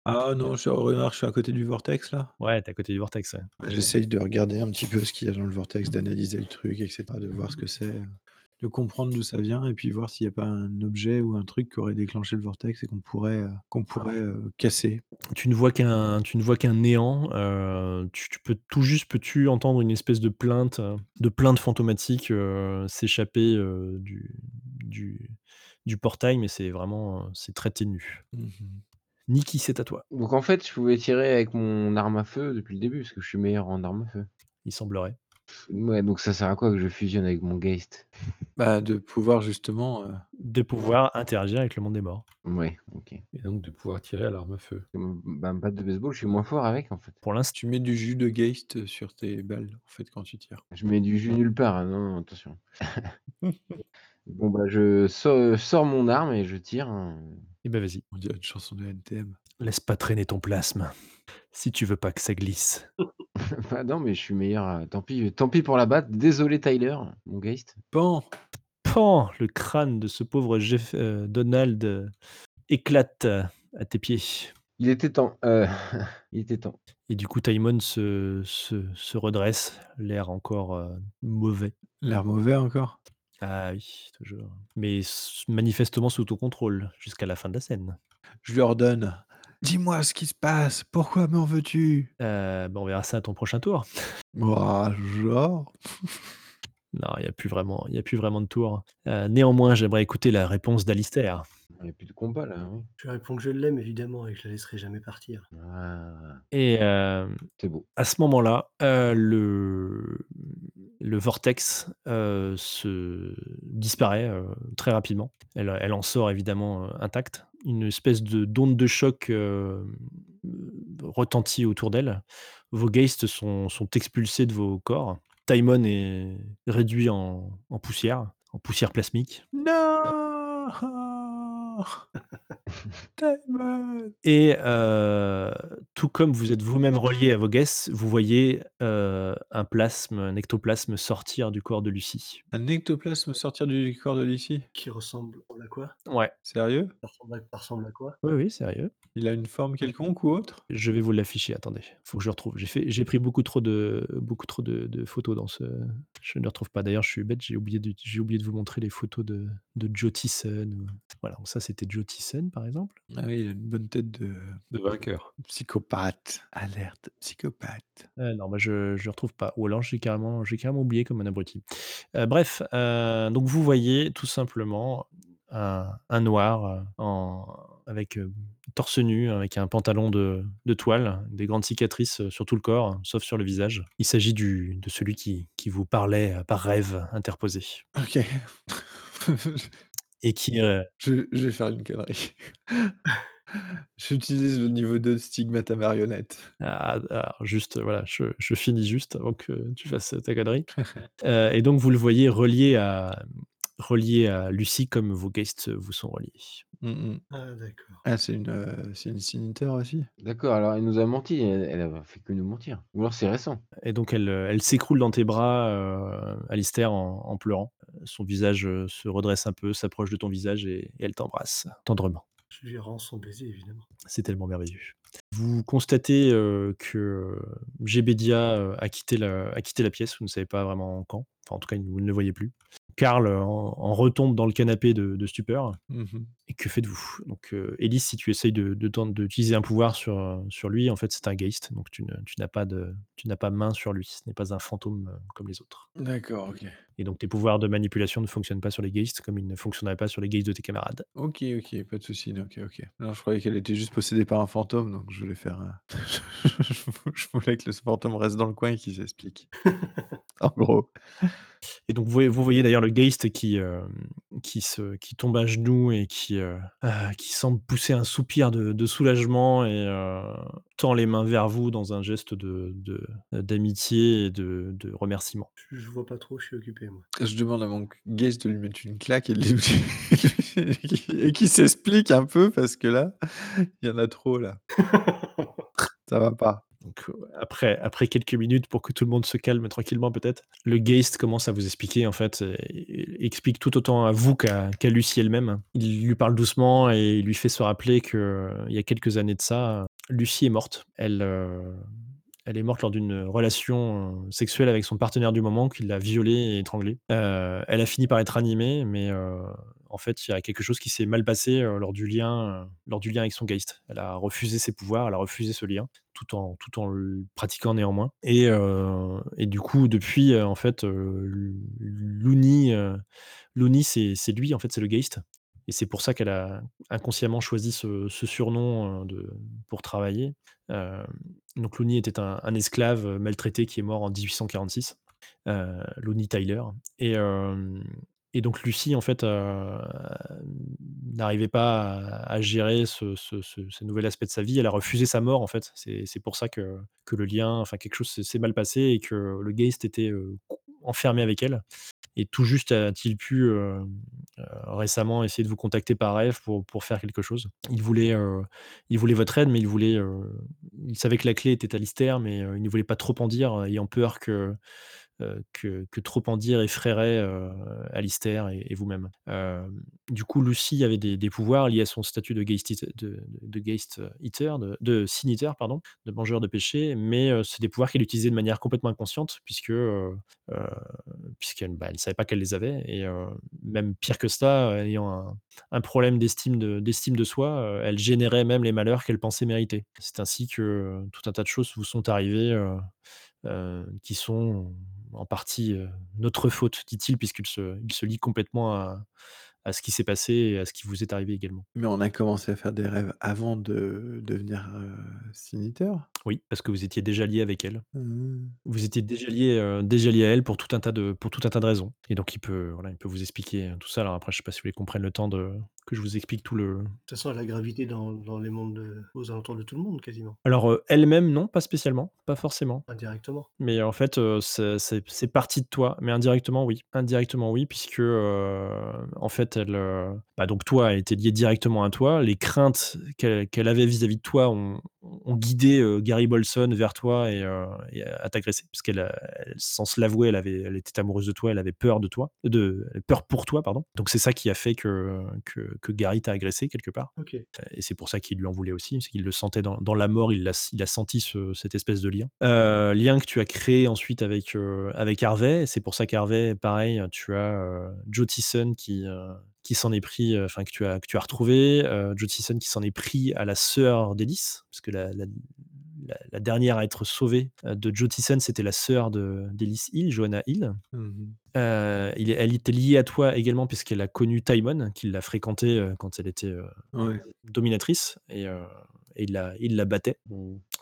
[SPEAKER 9] Ah non, je remarque, je suis à côté du vortex là.
[SPEAKER 5] ouais, t'es à côté du vortex. ouais.
[SPEAKER 9] J'essaye de regarder un petit peu ce qu'il y a dans le vortex, d'analyser le truc, etc., de voir ce que c'est, de comprendre d'où ça vient et puis voir s'il n'y a pas un objet ou un truc qui aurait déclenché le vortex et qu'on pourrait, euh, qu'on pourrait euh, casser.
[SPEAKER 5] tu ne vois qu'un tu ne vois qu'un néant euh, tu, tu peux tout juste peux-tu entendre une espèce de plainte euh, de plainte fantomatique euh, s'échapper euh, du, du du portail mais c'est vraiment euh, c'est très ténu
[SPEAKER 9] Mhm.
[SPEAKER 5] Niki, c'est à toi.
[SPEAKER 6] Donc en fait, je pouvais tirer avec mon arme à feu depuis le début, parce que je suis meilleur en arme à feu.
[SPEAKER 5] Il semblerait.
[SPEAKER 6] Ouais, donc ça sert à quoi que je fusionne avec mon Geist
[SPEAKER 9] Bah, de pouvoir justement. euh,
[SPEAKER 5] De pouvoir interagir avec le monde des morts.
[SPEAKER 6] Ouais, ok.
[SPEAKER 8] Et donc de pouvoir tirer à l'arme à feu.
[SPEAKER 6] Comme bah, ma batte de baseball, je suis moins fort avec en fait.
[SPEAKER 5] Pour l'instant,
[SPEAKER 9] tu mets du jus de Geist sur tes balles, en fait, quand tu tires.
[SPEAKER 6] Je mets du jus nulle part, hein, non, non, attention. bon, bah, je sors, sors mon arme et je tire. hein.
[SPEAKER 5] eh ben vas-y.
[SPEAKER 9] On dirait une chanson de NTM.
[SPEAKER 5] Laisse pas traîner ton plasme. Si tu veux pas que ça glisse.
[SPEAKER 6] bah, non, mais je suis meilleur. euh, Tant pis, tant pis pour la batte. Désolé, Tyler, mon Geist.
[SPEAKER 9] Pan
[SPEAKER 5] Pan, le crâne de ce pauvre Jeff- euh, Donald euh, éclate euh, à tes pieds.
[SPEAKER 6] Il était temps. euh, il était temps.
[SPEAKER 5] Et du coup, Timon se, se, se redresse, l'air encore euh, mauvais.
[SPEAKER 9] L'air mauvais encore
[SPEAKER 5] Ah oui, toujours. Mais s- manifestement sous ton contrôle, jusqu'à la fin de la scène.
[SPEAKER 9] Je lui ordonne. Dis-moi ce qui se passe, pourquoi m'en veux-tu
[SPEAKER 5] Euh, ben, on verra ça à ton prochain tour.
[SPEAKER 9] Ouah, genre.
[SPEAKER 5] Non, il n'y a, plus vraiment- il y a plus vraiment de tour. Euh, néanmoins, j'aimerais écouter la réponse d'Alistair.
[SPEAKER 6] Il n'y a plus de combat là. hein. oui.
[SPEAKER 7] Je lui réponds que je l'aime évidemment et que je la laisserai jamais partir.
[SPEAKER 6] Ah,
[SPEAKER 5] Et euh,
[SPEAKER 6] c'est beau.
[SPEAKER 5] à ce moment-là, euh, le, le vortex euh, se disparaît euh, très rapidement. Elle, elle en sort évidemment euh, intacte. Une espèce de d'onde de choc euh, retentit autour d'elle. Vos geists sont, sont expulsés de vos corps. Timon est réduit en, en poussière, en poussière plasmique.
[SPEAKER 9] Non Timon
[SPEAKER 5] Et euh, tout comme vous êtes vous-même relié à vos guests, vous voyez euh, un plasme, un ectoplasme sortir du corps de Lucie.
[SPEAKER 9] Un ectoplasme sortir du corps de Lucie
[SPEAKER 7] Qui ressemble à quoi
[SPEAKER 5] Ouais.
[SPEAKER 9] Sérieux
[SPEAKER 7] ça ressemble, à, ça ressemble à quoi
[SPEAKER 5] Oui, oui, sérieux.
[SPEAKER 9] Il a une forme quelconque ou autre
[SPEAKER 5] Je vais vous l'afficher. Attendez, faut que je le retrouve. J'ai fait, j'ai pris beaucoup trop de, beaucoup trop de, de photos dans ce. Je ne le retrouve pas. D'ailleurs, je suis bête. J'ai oublié de, j'ai oublié de vous montrer les photos de, de Joe Tyson. ou- Voilà. donc ça, c'était Joe Tyson, par exemple.
[SPEAKER 9] Ah oui, il a une bonne tête de
[SPEAKER 8] De vainqueur.
[SPEAKER 9] psychopathe. Alerte, psychopathe.
[SPEAKER 5] Euh, non, bah, je, je le retrouve pas. Ou alors, j'ai carrément, j'ai carrément oublié comme un abruti. Euh, bref, euh, donc vous voyez tout simplement un, un noir euh, en, avec euh, torse nu, avec un pantalon de, de toile, des grandes cicatrices euh, sur tout le corps, sauf sur le visage. Il s'agit du- de celui qui, qui vous parlait euh, par rêve interposé
[SPEAKER 9] Ok.
[SPEAKER 5] et qui, euh,
[SPEAKER 9] je, je vais faire une connerie. J'utilise le niveau 2 de stigmate à marionnette.
[SPEAKER 5] Ah, ah, juste, voilà, je, je finis juste avant que tu fasses ta connerie. Euh, et donc, vous le voyez relié à, relié à Lucie comme vos guests euh, vous sont reliés.
[SPEAKER 9] Mm, mm.
[SPEAKER 7] Ah d'accord.
[SPEAKER 9] Ah, c'est une, euh, c'est une signature aussi
[SPEAKER 6] D'accord, alors elle nous a menti. Elle, elle a fait que nous mentir. Ou alors c'est récent.
[SPEAKER 5] Et donc, elle, euh, elle s'écroule dans tes bras, euh, Alistair, en, en pleurant. Son visage euh, se redresse un peu, s'approche de ton visage et, et elle t'embrasse tendrement.
[SPEAKER 7] Je lui rends son baiser évidemment.
[SPEAKER 5] C'est tellement merveilleux. Vous constatez euh, que Gébedia euh, a quitté, la, a quitté la pièce, vous ne savez pas vraiment quand, enfin en tout cas vous ne le voyez plus. Karl euh, en, en retombe dans le canapé de, de stupeur.
[SPEAKER 9] Mhm.
[SPEAKER 5] Et que faites-vous Donc euh, Elise, si tu essayes de, de tenter- d'utiliser un pouvoir sur, euh, sur lui, en fait c'est un geist, donc tu ne- tu n'as pas de tu n'as pas main sur lui, ce n'est pas un fantôme euh, comme les autres.
[SPEAKER 9] D'accord, ok.
[SPEAKER 5] Et donc tes pouvoirs de manipulation ne fonctionnent pas sur les geists comme ils ne fonctionneraient pas sur les geists de tes camarades.
[SPEAKER 9] Ok, ok, pas de souci. Ok, ok. Alors, je croyais qu'elle était juste possédée par un fantôme, donc je voulais faire. un- je vou- je voulais que le fantôme reste dans le coin et qu'il s'explique. en gros.
[SPEAKER 5] Et donc, vous voyez, vous voyez d'ailleurs le Geist qui, euh, qui, se, qui tombe à genoux et qui, euh, euh, qui semble pousser un soupir de, de soulagement et euh, tend les mains vers vous dans un geste de- de- d'amitié et de, de remerciement.
[SPEAKER 7] Je, je vois pas trop, je suis occupé moi.
[SPEAKER 9] Je demande à mon guest de lui mettre une claque et, de lui- et qu'il s'explique un peu parce que là, il y en a trop là. Ça va pas.
[SPEAKER 5] Donc, euh, après, après quelques minutes, pour que tout le monde se calme tranquillement, peut-être, le Geist commence à vous expliquer, en fait, et- et explique tout autant à vous qu'à qu'à Lucie elle-même. Il lui parle doucement et il lui fait se rappeler que euh, il y a quelques années de ça, euh, Lucie est morte. Elle, euh, elle est morte lors d'une relation euh, sexuelle avec son partenaire du moment qui l'a violée et étranglée. Euh, elle a fini par être animée, mais euh, en fait, il y a quelque chose qui s'est mal passé euh, lors, du lien, euh, lors du lien avec son Geist. Elle a refusé ses pouvoirs, elle a refusé ce lien tout en, tout en le pratiquant néanmoins. Et, euh, et du coup, depuis, euh, en fait, euh, Looney, euh, Looney, c'est c'est lui, en fait, c'est le Geist. Et c'est pour ça qu'elle a inconsciemment choisi ce, ce surnom euh, de, pour travailler. Euh, donc Looney était un, un esclave euh, maltraité qui est mort en 1846, euh, Looney Tyler. Et, euh, et donc Lucie, en fait, euh, n'arrivait pas à, à gérer ce, ce- ce- ce nouvel aspect de sa vie. Elle a refusé sa mort, en fait. C'est c'est pour ça que, que le lien, enfin, quelque chose s'est s'est mal passé et que le Geist était euh, enfermé avec elle. Et tout juste a-t-il pu euh, euh, récemment essayer de vous contacter par rêve pour, pour faire quelque chose. Il voulait, euh, il voulait votre aide, mais il voulait, euh, il savait que la clé était à l'Istère, mais euh, il ne voulait pas trop en dire, euh, ayant peur que, euh, que, que trop en dire effraierait euh, Alistair et, et vous-même. Euh, du coup, Lucy avait des, des pouvoirs liés à son statut de geist, eat- de, de- de geist eater, de, de sin eater, pardon, de mangeur de péché, mais euh, c'est des pouvoirs qu'elle utilisait de manière complètement inconsciente, puisque euh, euh, puisqu'elle bah, elle ne savait pas qu'elle les avait. Et euh, même pire que ça, euh, ayant un, un problème d'estime de, d'estime de soi, euh, elle générait même les malheurs qu'elle pensait mériter. C'est ainsi que euh, tout un tas de choses vous sont arrivées euh, euh, qui sont en partie euh, notre faute, dit-il, puisqu'il se, il se lie complètement à, à ce qui s'est passé et à ce qui vous est arrivé également.
[SPEAKER 9] Mais on a commencé à faire des rêves avant de devenir euh, siniteur.
[SPEAKER 5] Oui, parce que vous étiez déjà lié avec elle.
[SPEAKER 9] Euh,
[SPEAKER 5] Vous étiez déjà lié, euh, déjà lié à elle pour tout un tas de, pour tout un tas de raisons. Et donc il peut, voilà, il peut vous expliquer euh, tout ça. Alors après, je sais pas si vous voulez qu'on prenne le temps de que je vous explique tout le.
[SPEAKER 7] toute façon, elle a gravité dans, dans les mondes de- aux alentours de tout le monde, quasiment,
[SPEAKER 5] Alors euh, elle-même, non, pas spécialement, pas forcément.
[SPEAKER 7] indirectement.
[SPEAKER 5] Mais en fait, euh, c'est c'est- c'est parti de toi, mais indirectement oui, indirectement oui, puisque euh, en fait, elle, euh, bah, donc toi, elle était liée directement à toi. Les craintes qu'elle qu'elle avait vis-à-vis de toi ont, ont guidé euh, Gary Bolson vers toi et, euh, et à t'agresser, parce qu'elle, a- elle- sans se l'avouer, elle avait, elle était amoureuse de toi, elle avait peur de toi, de elle a peur pour toi, pardon. Donc c'est ça qui a fait que que, que Gary t'a agressé quelque part
[SPEAKER 7] Ok.
[SPEAKER 5] et c'est pour ça qu'il lui en voulait aussi, c'est qu'il le sentait dans, dans la mort, il a, il a senti ce- cette espèce de lien. Euh, lien que tu as créé ensuite avec, euh, avec Harvey, et c'est pour ça qu'Harvey, pareil, tu as euh, Joe Tyson qui, euh, qui s'en est pris, euh, enfin que, tu as, que tu as retrouvé, euh, Joe Tyson qui s'en est pris à la sœur d'Ellis, parce que la, la- la- la dernière à être sauvée euh, de Joe Tyson, c'était la sœur de- d'Ellis Hill, Joanna Hill.
[SPEAKER 9] mhm.
[SPEAKER 5] Euh, il, est- elle était liée à toi également, puisqu'elle a connu Tymon, qui l'a fréquenté euh, quand elle était euh,
[SPEAKER 9] Ouais.
[SPEAKER 5] dominatrice et, euh, et il, la, il la battait.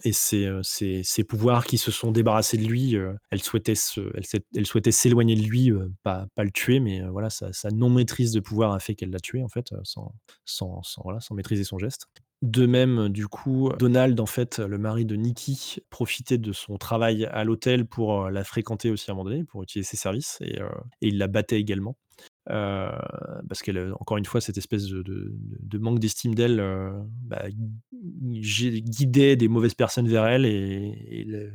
[SPEAKER 5] Et c'est euh, c'est- ces pouvoirs qui se sont débarrassés de lui. euh, elle souhaitait se- elle, s'est- elle souhaitait s'éloigner de lui, euh, pas, pas le tuer, mais euh, voilà, sa, sa non-maîtrise de pouvoir a fait qu'elle l'a tué en fait, euh, sans, sans, sans- voilà, sans maîtriser son geste. De même, euh, du coup, Donald, en fait, le mari de Nikki, profitait de son travail à l'hôtel pour euh, la fréquenter aussi à un moment donné, pour utiliser ses services, et, euh, et il la battait également. Euh, parce qu'elle, euh, encore une fois, cette espèce de, de- de manque d'estime d'elle euh, bah, gui- gui- guidait des mauvaises personnes vers elle et, et le-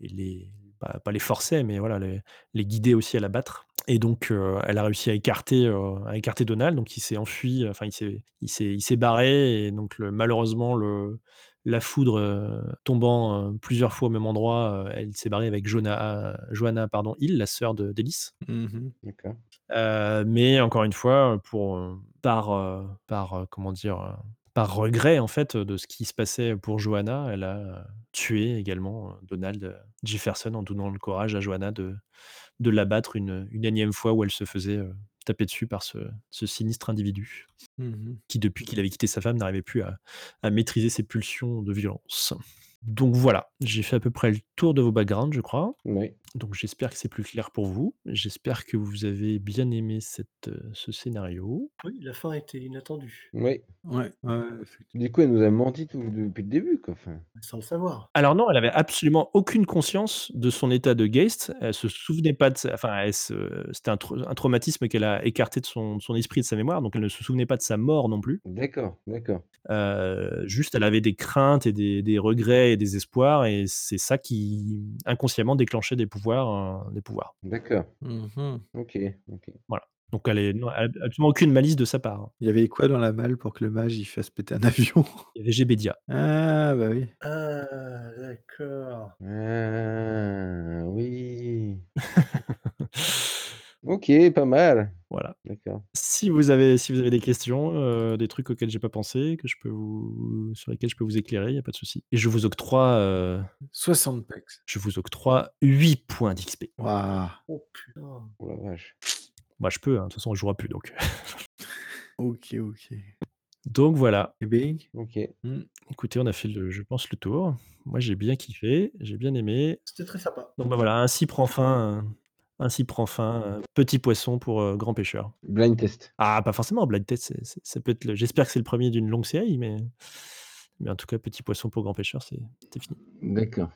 [SPEAKER 5] et les, pas, pas les forçait, mais voilà, les, les guidait aussi à la battre. Et donc, euh, elle a réussi à écarter, euh, à écarter Donald, donc il s'est enfui, enfin, il s'est, il s'est, il s'est barré, et donc le- malheureusement, le, la foudre euh, tombant euh, plusieurs fois au même endroit, euh, elle s'est barrée avec Joanna, Joanna pardon, Hill, la sœur de, d'Ellis.
[SPEAKER 9] Mhm.
[SPEAKER 6] D'accord.
[SPEAKER 5] Euh, mais encore une fois, pour, euh, par, euh, par euh, comment dire, euh, par regret en fait de ce qui se passait pour Johanna, elle a euh, tué également euh, Donald Jefferson en donnant le courage à Johanna de, de l'abattre une, une énième fois où elle se faisait euh, taper dessus par ce, ce sinistre individu
[SPEAKER 9] Mhm.
[SPEAKER 5] qui, depuis qu'il avait quitté sa femme, n'arrivait plus à, à maîtriser ses pulsions de violence. Donc voilà, j'ai fait à peu près le tour de vos backgrounds, je crois.
[SPEAKER 6] Oui.
[SPEAKER 5] Donc j'espère que c'est plus clair pour vous. J'espère que vous avez bien aimé cette, euh, ce scénario.
[SPEAKER 7] Oui, la fin était inattendue,
[SPEAKER 6] Oui.
[SPEAKER 9] Ouais, ouais, effectivement.
[SPEAKER 6] Du coup, elle nous a menti tout, depuis le début, quoi. Enfin,
[SPEAKER 7] sans le savoir.
[SPEAKER 5] Alors non, elle avait absolument aucune conscience de son état de Geist. Elle se souvenait pas de, sa- enfin, elle se- c'était un, tra- un traumatisme qu'elle a écarté de son, de son esprit, de sa mémoire. Donc elle ne se souvenait pas de sa mort non plus.
[SPEAKER 6] d'accord, d'accord.
[SPEAKER 5] Euh, juste, elle avait des craintes et des, des regrets et des espoirs, et c'est ça qui inconsciemment déclenchait des pouvoirs, euh, des pouvoirs.
[SPEAKER 6] D'accord.
[SPEAKER 9] Mhm.
[SPEAKER 6] Ok, ok.
[SPEAKER 5] Donc elle est non, elle a absolument aucune malice de sa part. hein.
[SPEAKER 9] Il y avait quoi dans la malle pour que le mage il fasse péter un avion
[SPEAKER 5] Il y avait Gbedia.
[SPEAKER 9] Ah bah oui.
[SPEAKER 7] Ah, d'accord.
[SPEAKER 6] Ah, oui. Ok, pas mal.
[SPEAKER 5] voilà.
[SPEAKER 6] D'accord.
[SPEAKER 5] si vous avez si vous avez des questions, euh, des trucs auxquels j'ai pas pensé, que je peux vous sur lesquels je peux vous éclairer, il y a pas de souci. Et je vous octroie euh,
[SPEAKER 9] 60 pex.
[SPEAKER 5] je vous octroie 8 points d'XP.
[SPEAKER 9] Waouh.
[SPEAKER 7] Oh putain.
[SPEAKER 6] Oh la vache.
[SPEAKER 5] Bah je peux, hein, de toute façon, on jouera plus donc.
[SPEAKER 9] Ok, ok.
[SPEAKER 5] Donc voilà.
[SPEAKER 9] Eh bien,
[SPEAKER 6] Ok.
[SPEAKER 9] hmm,
[SPEAKER 5] Écoutez, on a fait, le, je pense, le tour. Moi, j'ai bien kiffé, j'ai bien aimé.
[SPEAKER 7] C'était très sympa.
[SPEAKER 5] Donc bah voilà, ainsi prend fin. euh, ainsi prend fin. euh, petit poisson pour euh, grand pêcheur.
[SPEAKER 6] Blind test.
[SPEAKER 5] Ah, pas forcément. Blind Test, c'est- c'est- ça peut être. le- J'espère que c'est le premier d'une longue série, mais mais en tout cas, petit poisson pour grand pêcheur, c'est c'est fini.
[SPEAKER 6] D'accord.